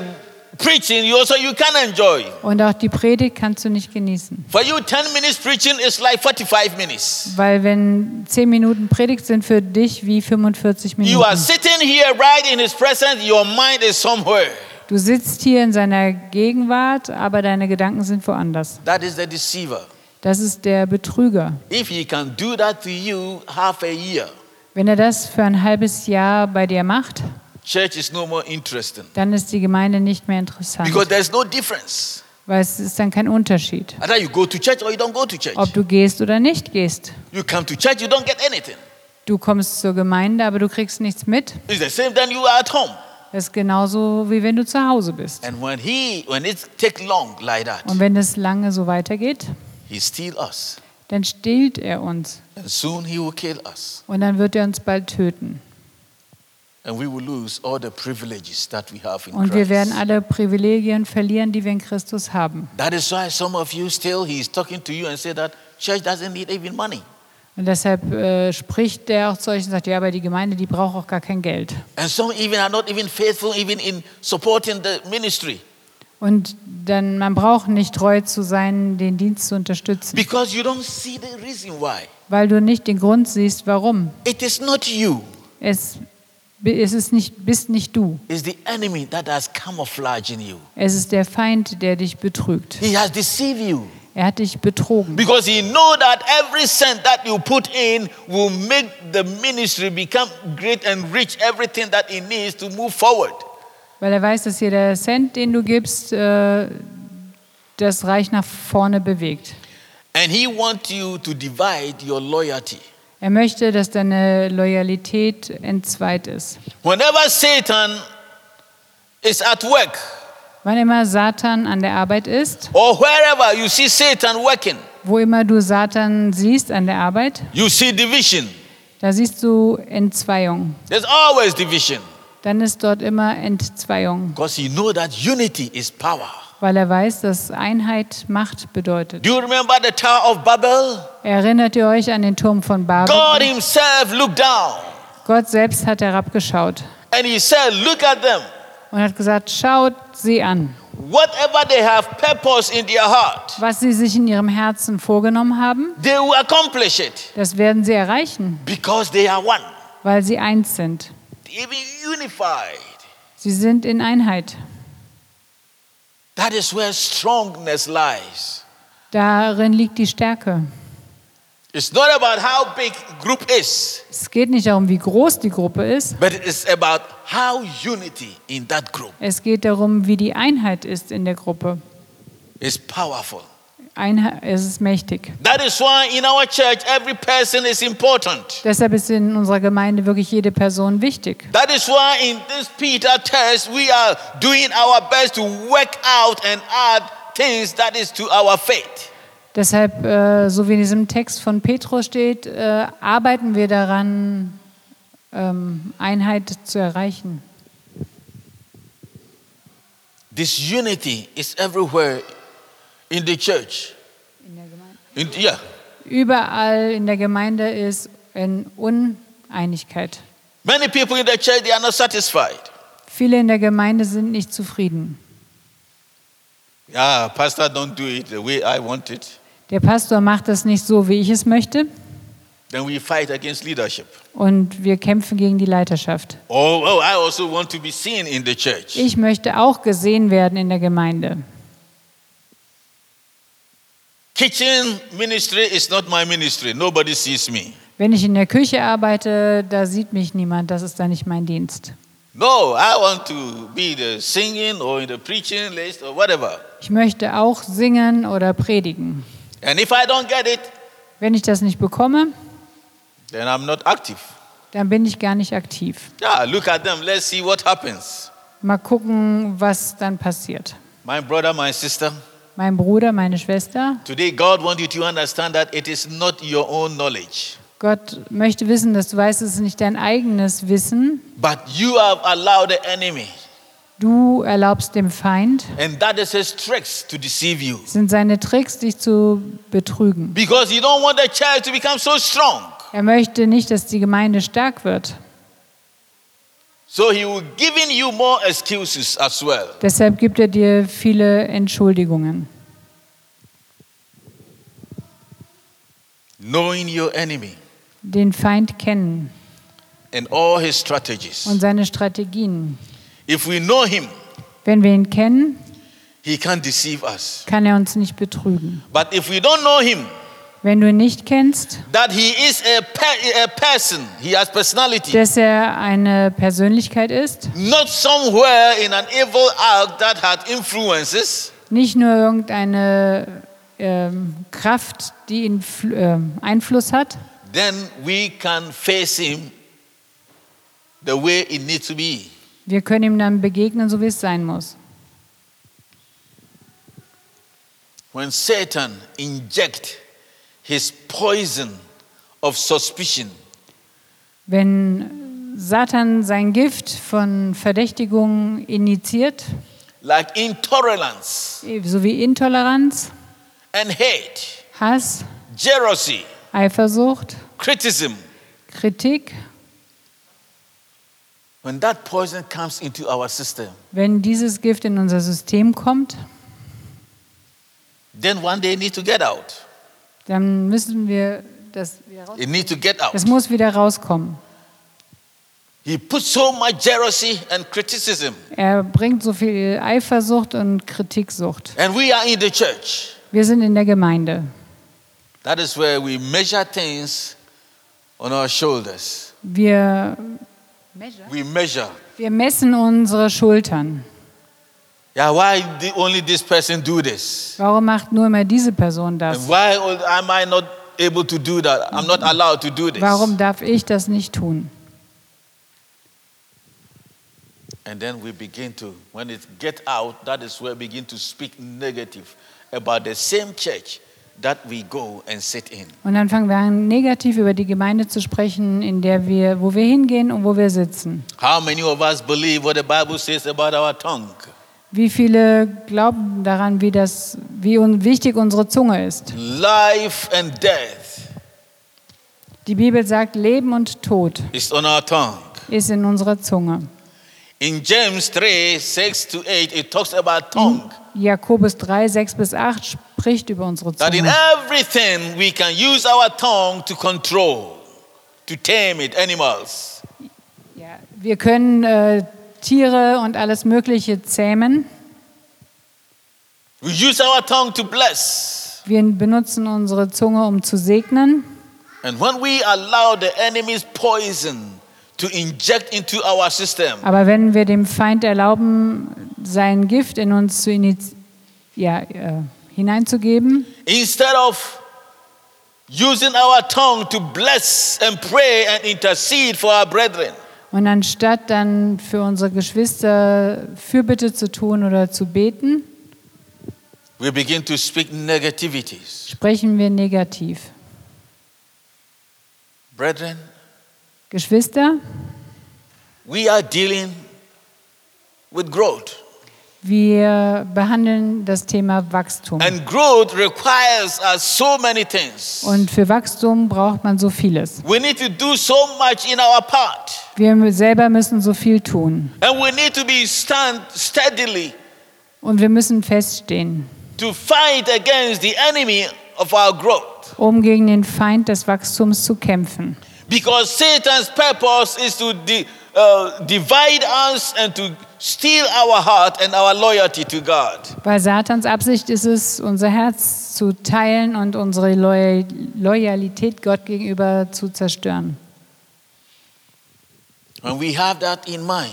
Speaker 1: preaching you also you can't enjoy.
Speaker 2: und auch die Predigt kannst du nicht genießen.
Speaker 1: For you, 10 minutes preaching is like 45 minutes.
Speaker 2: Weil wenn 10 Minuten Predigt sind für dich wie 45
Speaker 1: You are
Speaker 2: Minuten.
Speaker 1: sitting here right in his presence, your mind is somewhere.
Speaker 2: Du sitzt hier in seiner Gegenwart, aber deine Gedanken sind woanders.
Speaker 1: That is the deceiver.
Speaker 2: Das ist der Betrüger.
Speaker 1: If he can do that to you half a year,
Speaker 2: Wenn er das für ein halbes Jahr bei dir macht,
Speaker 1: church is no more interesting.
Speaker 2: dann ist die Gemeinde nicht mehr interessant,
Speaker 1: Because there's no difference.
Speaker 2: weil es ist dann kein Unterschied,
Speaker 1: Either you go to church or you don't go to church.
Speaker 2: ob du gehst oder nicht gehst.
Speaker 1: You come to church, you don't get anything.
Speaker 2: Du kommst zur Gemeinde, aber du kriegst nichts mit.
Speaker 1: It's the same then you are at home.
Speaker 2: Das ist genauso wie wenn du zu Hause bist.
Speaker 1: And when he when it take long like that,
Speaker 2: Und wenn das lange so weitergeht,
Speaker 1: he steal us.
Speaker 2: dann stillt er uns
Speaker 1: And soon he will kill us.
Speaker 2: und dann wird er uns bald töten.
Speaker 1: And we will lose all the privileges that we have in
Speaker 2: Und wir
Speaker 1: Christ.
Speaker 2: werden alle Privilegien verlieren, die wir in Christus haben.
Speaker 1: That is why some of you still, he's talking to you and say that church doesn't need even money.
Speaker 2: Und deshalb äh, spricht der auch zu euch und sagt, ja, aber die Gemeinde, die braucht auch gar kein Geld.
Speaker 1: And some even are not even faithful even in supporting the ministry
Speaker 2: Und dann, man braucht nicht treu zu sein, den Dienst zu unterstützen,
Speaker 1: because you don't see the reason why.
Speaker 2: weil du nicht den Grund siehst, warum.
Speaker 1: It is not you.
Speaker 2: Es, es ist nicht, bist nicht du.
Speaker 1: It's the enemy that has camouflaged in you.
Speaker 2: Es ist der Feind, der dich betrügt.
Speaker 1: He has deceived you
Speaker 2: Er hat dich betrogen.
Speaker 1: because he know that every cent that you put in will make the ministry become great and reach everything that it needs to move forward.
Speaker 2: Weil er weiß, dass jeder Cent, den du gibst, äh, das Reich nach vorne bewegt.
Speaker 1: And he wants you to divide your loyalty.
Speaker 2: Er möchte, dass deine Loyalität entzweit ist.
Speaker 1: Whenever Satan is at work
Speaker 2: Wann immer Satan an der Arbeit ist,
Speaker 1: or wherever you see Satan working,
Speaker 2: wo immer du Satan siehst an der Arbeit,
Speaker 1: you see division.
Speaker 2: da siehst du Entzweiung.
Speaker 1: There's always division
Speaker 2: Dann ist dort immer Entzweiung,
Speaker 1: because he know that unity is power.
Speaker 2: weil er weiß, dass Einheit Macht bedeutet.
Speaker 1: Do you remember the Tower of Babel?
Speaker 2: Erinnert ihr euch an den Turm von
Speaker 1: God
Speaker 2: Babel?
Speaker 1: himself looked down
Speaker 2: Gott selbst hat herabgeschaut
Speaker 1: and he said, Look at them.
Speaker 2: und hat gesagt, schaut sie an.
Speaker 1: Whatever they have purpose in their heart,
Speaker 2: Was sie sich in ihrem Herzen vorgenommen haben,
Speaker 1: they will accomplish it
Speaker 2: das werden sie erreichen,
Speaker 1: because they are one,
Speaker 2: weil sie eins sind.
Speaker 1: even unified.
Speaker 2: Sie sind in Einheit.
Speaker 1: That is where strongness lies.
Speaker 2: Darin liegt die Stärke.
Speaker 1: It's not about how big group is.
Speaker 2: Es geht nicht darum, wie groß die Gruppe ist.
Speaker 1: But it's about how unity in that group
Speaker 2: Es geht darum, wie die Einheit ist in der Gruppe.
Speaker 1: is powerful.
Speaker 2: Einheit, es ist mächtig.
Speaker 1: That is why in our church, every person is important.
Speaker 2: Deshalb ist in unserer Gemeinde wirklich jede Person wichtig.
Speaker 1: That is why in this Peter test, we are doing our best to work out and add things that is to our faith.
Speaker 2: Deshalb, äh, so wie in diesem Text von Petrus steht, äh, arbeiten wir daran, ähm, Einheit zu erreichen.
Speaker 1: This unity is everywhere in the church. In, yeah.
Speaker 2: Überall in der Gemeinde ist in Uneinigkeit.
Speaker 1: Many people in the church, they are not satisfied.
Speaker 2: Viele in der Gemeinde sind nicht zufrieden.
Speaker 1: Yeah, Ah, pastor, don't do it the way I want it.
Speaker 2: Der Pastor macht das nicht so, wie ich es möchte.
Speaker 1: Then we fight against leadership.
Speaker 2: Und wir kämpfen gegen die Leiterschaft.
Speaker 1: Oh, oh, I also want to be seen in the church.
Speaker 2: Ich möchte auch gesehen werden in der Gemeinde.
Speaker 1: Kitchen ministry is not my ministry. Nobody sees me.
Speaker 2: Wenn ich in der Küche arbeite, da sieht mich niemand. Das ist dann nicht mein Dienst.
Speaker 1: No, I want to be the singing or in the preaching list or whatever.
Speaker 2: Ich möchte auch singen oder predigen.
Speaker 1: And if I don't get it,
Speaker 2: Wenn ich das nicht bekomme,
Speaker 1: then I'm not active.
Speaker 2: dann bin ich gar nicht aktiv.
Speaker 1: Yeah, look at them. Let's see what happens.
Speaker 2: Mal gucken, was dann passiert.
Speaker 1: My brother, my sister,
Speaker 2: Mein Bruder, meine Schwester,
Speaker 1: today God wants you to understand that it is not your own knowledge,
Speaker 2: Gott möchte wissen, dass du weißt, es ist nicht dein eigenes Wissen.
Speaker 1: but you have allowed the enemy,
Speaker 2: Du erlaubst dem Feind,
Speaker 1: and that is his tricks to deceive you.
Speaker 2: es sind seine Tricks, dich zu betrügen.
Speaker 1: Because you don't want the church to become so strong.
Speaker 2: Er möchte nicht, dass die Gemeinde stark wird.
Speaker 1: So he will giving you more excuses as well.
Speaker 2: Deshalb gibt er dir viele Entschuldigungen.
Speaker 1: Knowing your enemy
Speaker 2: Den Feind kennen
Speaker 1: and all his strategies.
Speaker 2: und seine Strategien.
Speaker 1: If we know him,
Speaker 2: Wenn wir ihn kennen,
Speaker 1: he can't deceive us.
Speaker 2: kann er uns nicht betrügen.
Speaker 1: But if we don't know him,
Speaker 2: Wenn du ihn nicht kennst,
Speaker 1: that he is a, pe- a person, he has personality,
Speaker 2: dass er eine Persönlichkeit ist,
Speaker 1: not somewhere in an evil act that had influences,
Speaker 2: nicht nur irgendeine ähm, Kraft, die ihn fl- ähm, Einfluss hat,
Speaker 1: then we can face him the way it needs to be.
Speaker 2: wir können ihm dann begegnen, so wie es sein muss.
Speaker 1: When Satan inject his poison of suspicion
Speaker 2: Wenn Satan sein Gift von Verdächtigungen initiiert,
Speaker 1: like intolerance
Speaker 2: sowie Intoleranz,
Speaker 1: and hate,
Speaker 2: Hass,
Speaker 1: jealousy,
Speaker 2: Eifersucht,
Speaker 1: criticism.
Speaker 2: Kritik,
Speaker 1: When that poison comes into our system,
Speaker 2: wenn dieses Gift in unser System kommt,
Speaker 1: then one day it needs to get out.
Speaker 2: dann müssen wir das, wieder raus-
Speaker 1: It needs to get out.
Speaker 2: das muss wieder rauskommen.
Speaker 1: He puts so much jealousy and criticism,
Speaker 2: Er bringt so viel Eifersucht und Kritiksucht.
Speaker 1: and we are in the church.
Speaker 2: Wir sind in der Gemeinde.
Speaker 1: That is where we measure things on our shoulders.
Speaker 2: Wir,
Speaker 1: We measure.
Speaker 2: wir messen unsere Schultern.
Speaker 1: Yeah, why did only this person do this?
Speaker 2: Warum macht nur immer diese
Speaker 1: And
Speaker 2: Person das?
Speaker 1: why am I not able to do that? I'm not allowed to do
Speaker 2: Warum
Speaker 1: this.
Speaker 2: darf ich das nicht tun?
Speaker 1: And then we begin to, when it get out, that is where we begin to speak negative about the same church that we go and sit in.
Speaker 2: Und dann fangen wir an, negativ über die Gemeinde zu sprechen, in der wir, wo wir hingehen und wo wir sitzen.
Speaker 1: How many of us believe what the Bible says about our tongue?
Speaker 2: Wie viele glauben daran, wie, das, wie un wichtig unsere Zunge ist?
Speaker 1: Life and death
Speaker 2: Die Bibel sagt, Leben und Tod
Speaker 1: is on our tongue.
Speaker 2: ist in unserer Zunge.
Speaker 1: In James 3 6 to 8, it talks about tongue.
Speaker 2: Jakobus 3, 6 bis 8 spricht über unsere
Speaker 1: That in
Speaker 2: Zunge.
Speaker 1: everything we can use our tongue to control, to tame it, animals.
Speaker 2: Ja, wir können äh, Tiere und alles Mögliche zähmen.
Speaker 1: We use our tongue to bless.
Speaker 2: Wir benutzen unsere Zunge, um zu segnen.
Speaker 1: And when we allow the enemy's poison to inject into our system,
Speaker 2: Aber wenn wir dem Feind erlauben, sein Gift in uns zu iniz- ja, äh, hineinzugeben,
Speaker 1: instead of using our tongue to bless and pray and intercede for our brethren,
Speaker 2: und anstatt dann für unsere Geschwister Fürbitte zu tun oder zu beten,
Speaker 1: we begin to speak negativities.
Speaker 2: sprechen wir negativ.
Speaker 1: Brethren,
Speaker 2: Geschwister,
Speaker 1: we are dealing with growth.
Speaker 2: wir behandeln das Thema Wachstum.
Speaker 1: And growth requires us so many things.
Speaker 2: Und für Wachstum braucht man so vieles.
Speaker 1: We need to do so much in our part.
Speaker 2: Wir selber müssen so viel tun.
Speaker 1: And we need to be stand steadily
Speaker 2: Und wir müssen feststehen,
Speaker 1: to fight against the enemy of our growth.
Speaker 2: um gegen den Feind des Wachstums zu kämpfen.
Speaker 1: Because Satan's purpose is to di- uh, divide us and to steal our heart and our loyalty to God.
Speaker 2: Weil Satans Absicht ist es, unser Herz zu teilen und unsere Loy Loyalität Gott gegenüber zu zerstören.
Speaker 1: When we have that in mind,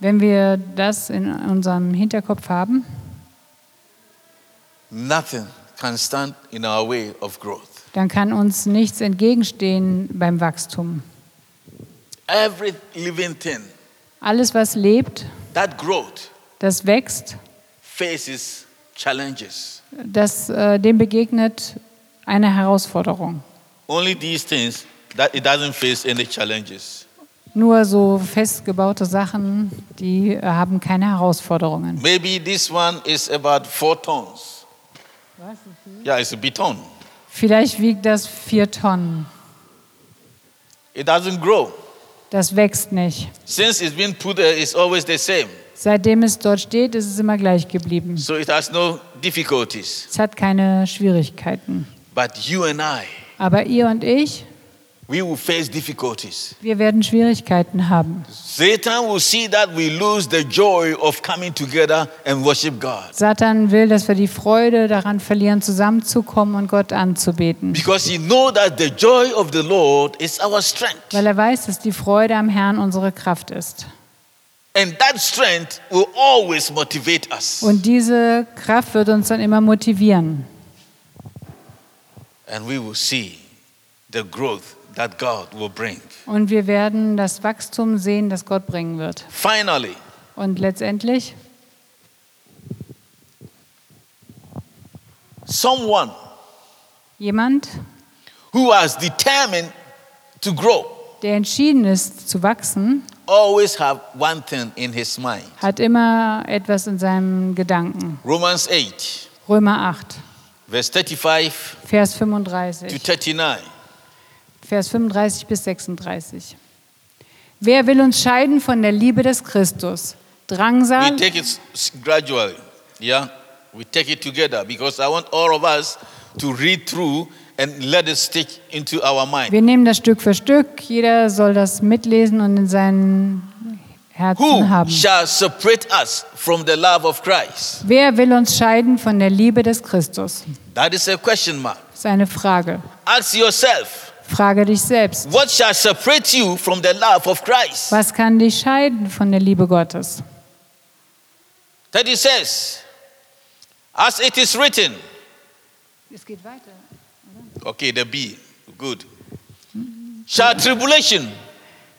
Speaker 2: Wenn wir das in unserem Hinterkopf haben,
Speaker 1: nothing can stand in our way of growth.
Speaker 2: dann kann uns nichts entgegenstehen beim Wachstum.
Speaker 1: Every living thing
Speaker 2: Alles, was lebt,
Speaker 1: that growth
Speaker 2: das wächst,
Speaker 1: faces challenges.
Speaker 2: das, äh, dem begegnet eine Herausforderung.
Speaker 1: Only these things that it doesn't face any challenges.
Speaker 2: Nur so festgebaute Sachen, die äh, haben keine Herausforderungen.
Speaker 1: Maybe this one is about four tons. Yeah, it's a big ton.
Speaker 2: Vielleicht wiegt das vier Tonnen.
Speaker 1: It doesn't grow.
Speaker 2: Das wächst nicht.
Speaker 1: Since it's been put there, it's always the same.
Speaker 2: Seitdem es dort steht, ist es immer gleich geblieben.
Speaker 1: So it has no difficulties.
Speaker 2: Es hat keine Schwierigkeiten.
Speaker 1: But you and I,
Speaker 2: Aber ihr und ich,
Speaker 1: we will face difficulties.
Speaker 2: wir werden Schwierigkeiten haben.
Speaker 1: Satan will see that we lose the joy of coming together and worship God
Speaker 2: Satan will, dass wir die Freude daran verlieren, zusammenzukommen und Gott anzubeten.
Speaker 1: because he know that the joy of the Lord is our strength.
Speaker 2: Weil er weiß, dass die Freude am Herrn unsere Kraft ist.
Speaker 1: And that strength will always motivate us.
Speaker 2: Und diese Kraft wird uns dann immer motivieren.
Speaker 1: And we will see the growth that God will bring.
Speaker 2: Und wir werden das Wachstum sehen, das Gott bringen wird.
Speaker 1: Finally,
Speaker 2: Und letztendlich,
Speaker 1: someone
Speaker 2: jemand,
Speaker 1: who has determined to grow
Speaker 2: der entschieden ist zu wachsen,
Speaker 1: always have one thing in his mind.
Speaker 2: hat immer etwas in seinem Gedanken.
Speaker 1: Romans 8,
Speaker 2: Römer 8,
Speaker 1: verse 35
Speaker 2: Vers
Speaker 1: to
Speaker 2: 35,
Speaker 1: 39.
Speaker 2: Vers 35 bis 36. Wer will uns scheiden von der Liebe des Christus? Drangsal,
Speaker 1: We take it s- s- gradually. Yeah? We take it together because I want all of us to read through and let it stick into our mind.
Speaker 2: wir nehmen das Stück für Stück, jeder soll das mitlesen und in seinen Herzen
Speaker 1: Who
Speaker 2: haben.
Speaker 1: shall separate us from the love of Christ?
Speaker 2: Wer will uns scheiden von der Liebe des Christus?
Speaker 1: That is a question mark.
Speaker 2: Das ist eine Frage.
Speaker 1: Ask yourself.
Speaker 2: Frage dich selbst.
Speaker 1: What shall separate you from the love of Christ?
Speaker 2: Was kann dich scheiden von der Liebe Gottes?
Speaker 1: That he says, as it is written.
Speaker 2: Es geht weiter.
Speaker 1: Okay, the B. Good. Shall tribulation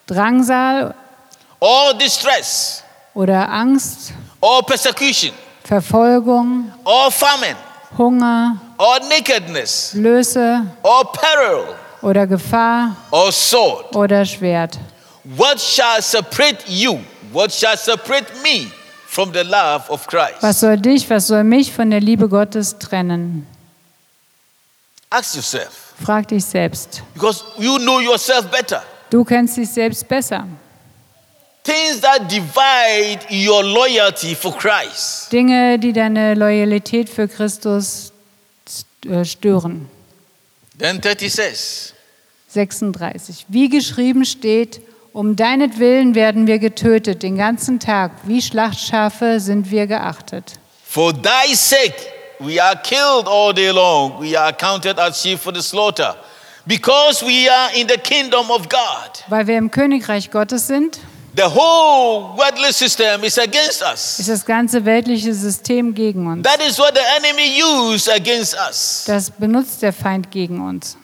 Speaker 2: Drangsal
Speaker 1: or distress
Speaker 2: oder Angst,
Speaker 1: or persecution
Speaker 2: Verfolgung,
Speaker 1: or famine
Speaker 2: Hunger,
Speaker 1: or nakedness
Speaker 2: Blöße
Speaker 1: or peril
Speaker 2: oder Gefahr
Speaker 1: or sword?
Speaker 2: oder Schwert.
Speaker 1: What shall separate you? What shall separate me from the love of Christ?
Speaker 2: Was soll dich, was soll mich von der Liebe Gottes trennen?
Speaker 1: Ask yourself
Speaker 2: Frag dich selbst.
Speaker 1: because you know yourself better.
Speaker 2: Du kennst dich selbst besser.
Speaker 1: Things that divide your loyalty for Christ.
Speaker 2: Dinge, die deine Loyalität für Christus äh, stören.
Speaker 1: Then 30 says,
Speaker 2: 36. Wie geschrieben steht, um deinetwillen werden wir getötet den ganzen Tag, wie Schlachtschafe sind wir geachtet.
Speaker 1: For thy sake we are killed all day long, we are counted as sheep for the slaughter, because we are in the kingdom of God.
Speaker 2: Weil wir im Königreich Gottes sind,
Speaker 1: The whole worldly system is against us.
Speaker 2: ist das ganze weltliche System gegen uns.
Speaker 1: That is what the enemy used against us.
Speaker 2: Das benutzt der Feind gegen uns.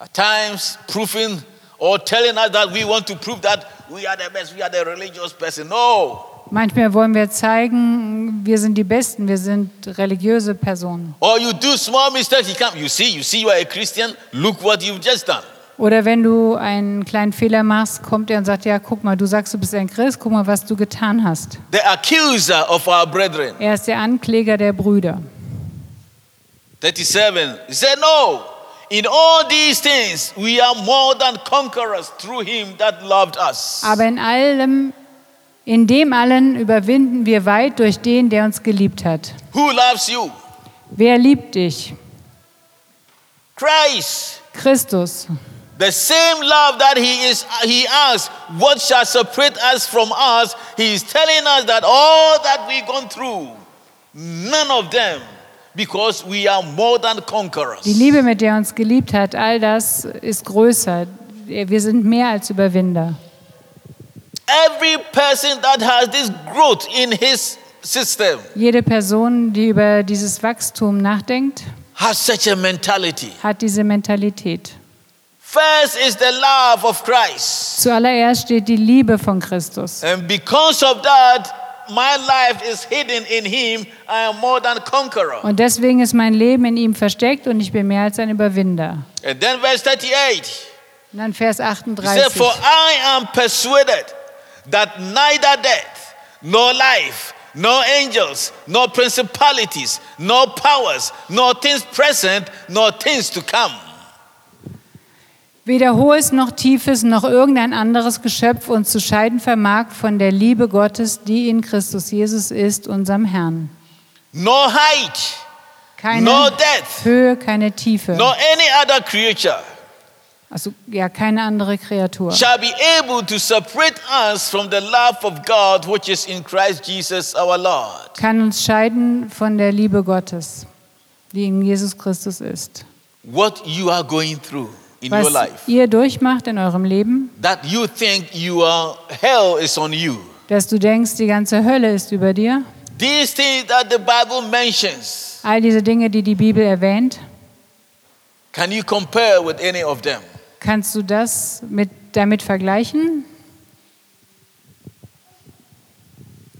Speaker 1: At times, proving or telling us that we want to prove that we are the best, we are the religious person. No.
Speaker 2: Manchmal wollen wir zeigen, wir sind die Besten, wir sind religiöse Personen.
Speaker 1: Or you do small mistakes, you come, you see, you see you are a Christian, look what you've just done.
Speaker 2: Oder wenn du einen kleinen Fehler machst, kommt er und sagt, ja, guck mal, du sagst, du bist ein Christ, guck mal, was du getan hast.
Speaker 1: The accuser of our brethren.
Speaker 2: Er ist der Ankläger der Brüder.
Speaker 1: 37. He said, No, in all these things we are more than conquerors through him that loved us.
Speaker 2: Aber in allem, in dem allen überwinden wir weit durch den, der uns geliebt hat.
Speaker 1: Who loves you?
Speaker 2: Wer liebt dich?
Speaker 1: Christ.
Speaker 2: Christus.
Speaker 1: The same love that he is he asks, what shall separate us from us? He is telling us that all that we've gone through, none of them, because we are more than conquerors.
Speaker 2: Die Liebe, mit der er uns geliebt hat, all das ist größer. Wir sind mehr als Überwinder.
Speaker 1: Every person that has this growth in his system
Speaker 2: Jede Person, die über dieses Wachstum nachdenkt,
Speaker 1: has such a mentality.
Speaker 2: hat diese Mentalität.
Speaker 1: First is the love of Christ.
Speaker 2: Zuallererst steht die Liebe von Christus.
Speaker 1: And because of that, my life is hidden in Him. I am more than conqueror.
Speaker 2: Und deswegen ist mein Leben in ihm versteckt und ich bin mehr als ein Überwinder.
Speaker 1: And then verse 38.
Speaker 2: Und dann Vers
Speaker 1: He said,
Speaker 2: 38.
Speaker 1: For I am persuaded that neither death, nor life, nor angels, nor principalities, nor powers, nor things present, nor things to come.
Speaker 2: Weder hohes noch tiefes noch irgendein anderes Geschöpf uns zu scheiden vermag von der Liebe Gottes, die in Christus Jesus ist, unserem Herrn.
Speaker 1: Nor height,
Speaker 2: Keine
Speaker 1: No death.
Speaker 2: Höhe, keine Tiefe.
Speaker 1: nor any other creature
Speaker 2: Also ja, keine andere Kreatur.
Speaker 1: shall be able to separate us from the love of God which is in Christ Jesus our Lord.
Speaker 2: Kann uns scheiden von der Liebe Gottes, die in Jesus Christus ist.
Speaker 1: What you are going through in your
Speaker 2: Was
Speaker 1: life,
Speaker 2: ihr durchmacht in eurem Leben,
Speaker 1: that you think you are hell is on you.
Speaker 2: dass du denkst, die ganze Hölle ist über dir.
Speaker 1: These things that the Bible mentions
Speaker 2: All diese Dinge, die die Bibel erwähnt,
Speaker 1: Can you compare with any of them?
Speaker 2: kannst du das mit, damit vergleichen?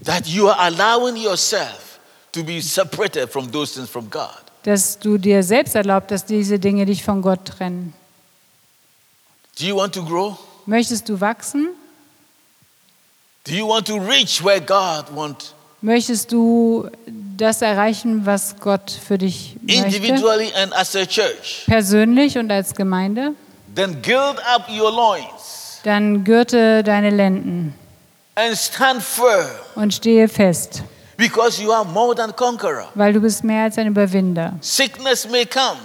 Speaker 1: That you are allowing yourself to be separated from those things from God.
Speaker 2: dass du dir selbst erlaubst, dass diese Dinge dich von Gott trennen.
Speaker 1: Do you want to grow?
Speaker 2: Möchtest du wachsen?
Speaker 1: Do you want to reach where God wants
Speaker 2: Möchtest du das erreichen, was Gott für dich möchte?
Speaker 1: individually and as a church?
Speaker 2: Persönlich und als Gemeinde?
Speaker 1: Then gild up your loins
Speaker 2: Dann gürte deine Lenden
Speaker 1: and stand firm
Speaker 2: und stehe fest,
Speaker 1: because you are more than conqueror.
Speaker 2: weil du bist mehr als ein Überwinder.
Speaker 1: Sickness may come,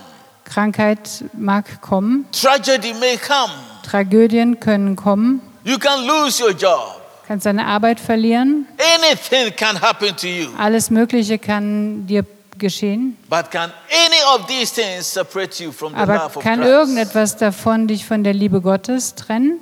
Speaker 2: Krankheit mag kommen,
Speaker 1: tragedy may come.
Speaker 2: Tragödien können kommen,
Speaker 1: You can lose your job.
Speaker 2: kannst deine Arbeit verlieren,
Speaker 1: Anything can happen to you.
Speaker 2: alles Mögliche kann dir geschehen,
Speaker 1: But can any of these things separate you from the
Speaker 2: aber
Speaker 1: love of
Speaker 2: kann
Speaker 1: Christ?
Speaker 2: irgendetwas davon dich von der Liebe Gottes trennen?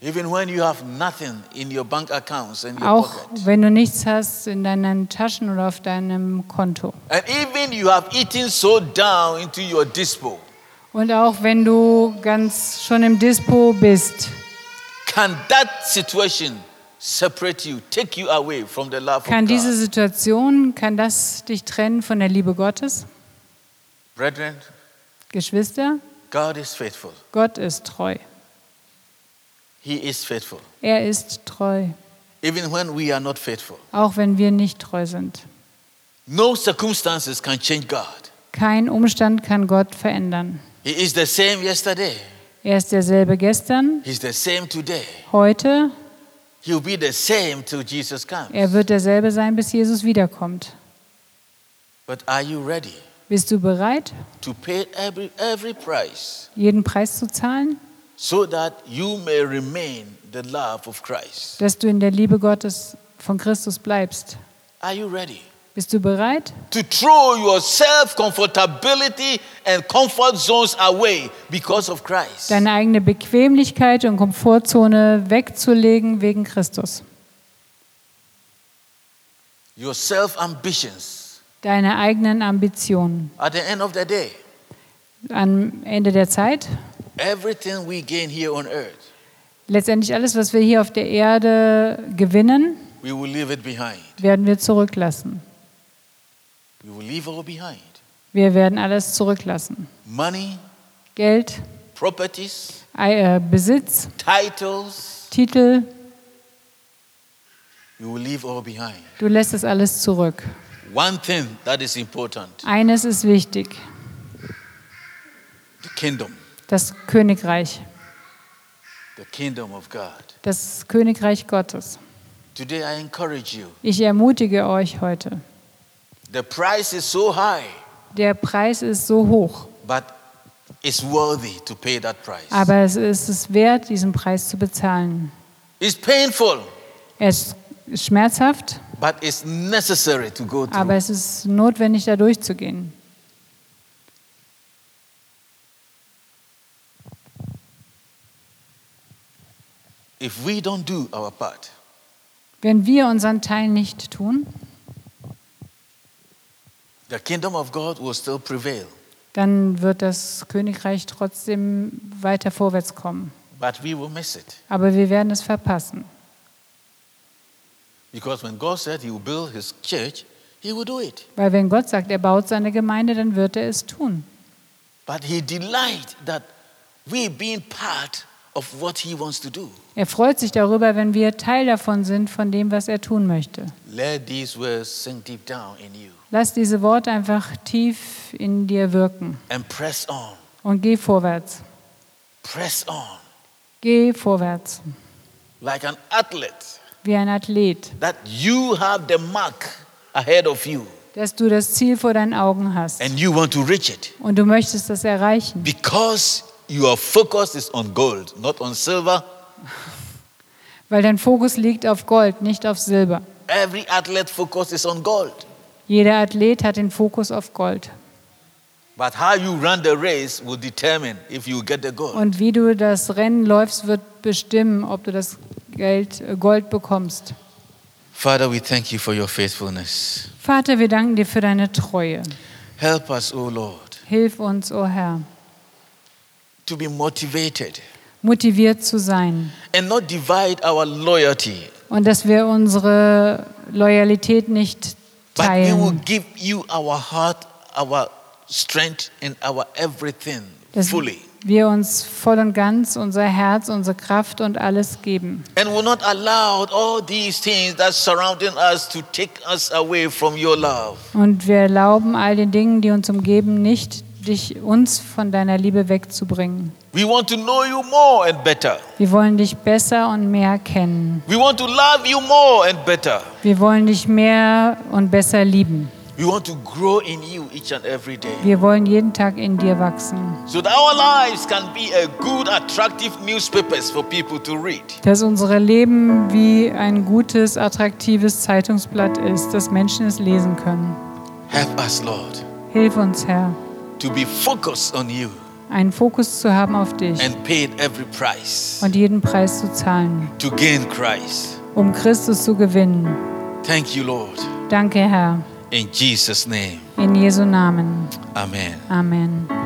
Speaker 1: Even when you have nothing in your bank accounts and your
Speaker 2: Auch
Speaker 1: pocket.
Speaker 2: wenn du nichts hast in deinen Taschen oder auf deinem Konto.
Speaker 1: And even you have eaten so down into your dispo,
Speaker 2: Und auch wenn du ganz schon im Dispo bist,
Speaker 1: can that situation separate you, take you away from the love
Speaker 2: kann
Speaker 1: of God?
Speaker 2: diese Situation, kann das dich trennen von der Liebe Gottes?
Speaker 1: Brethren,
Speaker 2: Geschwister,
Speaker 1: God is faithful.
Speaker 2: Gott ist treu.
Speaker 1: He is faithful.
Speaker 2: Er ist treu,
Speaker 1: Even when we are not faithful,
Speaker 2: auch wenn wir nicht treu sind.
Speaker 1: no circumstances can change God.
Speaker 2: Kein Umstand kann Gott verändern.
Speaker 1: He is the same yesterday.
Speaker 2: Er ist derselbe gestern,
Speaker 1: He's the same today.
Speaker 2: heute,
Speaker 1: He'll be the same till Jesus comes.
Speaker 2: er wird derselbe sein, bis Jesus wiederkommt.
Speaker 1: But are you ready
Speaker 2: Bist du bereit,
Speaker 1: to pay every, every price
Speaker 2: jeden Preis zu zahlen,
Speaker 1: so that you may remain the love of Christ.
Speaker 2: dass du in der Liebe Gottes von Christus bleibst?
Speaker 1: Are you ready?
Speaker 2: Bist du bereit,
Speaker 1: To throw your self comfortability and comfort zones away because of Christ.
Speaker 2: deine eigene Bequemlichkeit und Komfortzone wegzulegen wegen Christus?
Speaker 1: Your self ambitions
Speaker 2: Deine eigenen Ambitionen.
Speaker 1: at the end of the day.
Speaker 2: Am Ende der Zeit,
Speaker 1: Everything we gain here on earth,
Speaker 2: letztendlich alles, was wir hier auf der Erde gewinnen,
Speaker 1: we will leave it behind.
Speaker 2: werden wir zurücklassen.
Speaker 1: We will leave all behind.
Speaker 2: Wir werden alles zurücklassen.
Speaker 1: Money,
Speaker 2: Geld,
Speaker 1: properties,
Speaker 2: Ei- äh, Besitz,
Speaker 1: titles,
Speaker 2: Titel,
Speaker 1: you will leave all behind.
Speaker 2: du lässt das alles zurück.
Speaker 1: One thing that is important
Speaker 2: Eines ist wichtig,
Speaker 1: the kingdom,
Speaker 2: das Königreich,
Speaker 1: the kingdom of God.
Speaker 2: das Königreich Gottes.
Speaker 1: Today I encourage you.
Speaker 2: Ich ermutige euch heute.
Speaker 1: The price is so high.
Speaker 2: Der Preis ist so hoch,
Speaker 1: But it's worthy to pay that price.
Speaker 2: aber es ist es wert, diesen Preis zu bezahlen.
Speaker 1: It's painful,
Speaker 2: Er ist schmerzhaft,
Speaker 1: but it's necessary to go through.
Speaker 2: aber es ist notwendig, da durchzugehen.
Speaker 1: if we don't do our part,
Speaker 2: Wenn wir unseren Teil nicht tun,
Speaker 1: the kingdom of God will still prevail.
Speaker 2: dann wird das Königreich trotzdem weiter vorwärts kommen.
Speaker 1: But we will miss it.
Speaker 2: Aber wir werden es verpassen.
Speaker 1: Because when God said he will build his church, he will do it.
Speaker 2: Weil wenn Gott sagt, er baut seine Gemeinde, dann wird er es tun.
Speaker 1: But he delights that we being part of what he wants to do.
Speaker 2: Er freut sich darüber, wenn wir Teil davon sind, von dem, was er tun möchte.
Speaker 1: Let these words sink deep down in you
Speaker 2: Lass diese Worte einfach tief in dir wirken
Speaker 1: and press on,
Speaker 2: und geh vorwärts.
Speaker 1: press on,
Speaker 2: Geh vorwärts,
Speaker 1: like an athlete,
Speaker 2: wie ein Athlet,
Speaker 1: that you have the mark ahead of you
Speaker 2: dass du das Ziel vor deinen Augen hast
Speaker 1: and you want to reach it
Speaker 2: und du möchtest das erreichen,
Speaker 1: because your focus is on gold, not on silver.
Speaker 2: weil dein Fokus liegt auf Gold, nicht auf Silber.
Speaker 1: Every athlete focus is on gold.
Speaker 2: Jeder Athlet hat den Fokus auf Gold.
Speaker 1: But how you run the race will determine if you get the gold.
Speaker 2: Und wie du das Rennen läufst, wird bestimmen, ob du das Geld, äh, Gold bekommst.
Speaker 1: Father, we thank you for your faithfulness.
Speaker 2: Vater, wir danken dir für deine Treue.
Speaker 1: Help us, O Lord,
Speaker 2: Hilf uns, o Herr,
Speaker 1: to be motivated
Speaker 2: motiviert zu sein
Speaker 1: and not divide our loyalty,
Speaker 2: und dass wir unsere Loyalität nicht
Speaker 1: but we will
Speaker 2: teilen,
Speaker 1: give you our heart, our strength, and our everything
Speaker 2: dass
Speaker 1: fully.
Speaker 2: wir uns voll und ganz unser Herz, unsere Kraft und alles geben.
Speaker 1: And will not allow all these things that surrounding us to take us away from your love.
Speaker 2: Und wir erlauben all den Dingen, die uns umgeben, nicht, dich uns von deiner Liebe wegzubringen.
Speaker 1: We want to know you more and better.
Speaker 2: Wir wollen dich besser und mehr kennen.
Speaker 1: We want to love you more and better.
Speaker 2: Wir wollen dich mehr und besser lieben.
Speaker 1: We want to grow in you each and every day.
Speaker 2: Wir wollen jeden Tag in dir wachsen.
Speaker 1: so that our lives can be a good, attractive newspapers for people to read.
Speaker 2: Dass unsere Leben wie ein gutes, attraktives Zeitungsblatt ist, dass Menschen es lesen können.
Speaker 1: Help us, Lord,
Speaker 2: Hilf uns, Herr,
Speaker 1: to be focused on you
Speaker 2: einen Fokus zu haben auf dich
Speaker 1: and pay every price
Speaker 2: und jeden Preis zu zahlen,
Speaker 1: to gain Christ.
Speaker 2: um Christus zu gewinnen.
Speaker 1: Thank you, Lord.
Speaker 2: Danke, Herr.
Speaker 1: In Jesus' name,
Speaker 2: In Jesu Namen.
Speaker 1: Amen.
Speaker 2: Amen.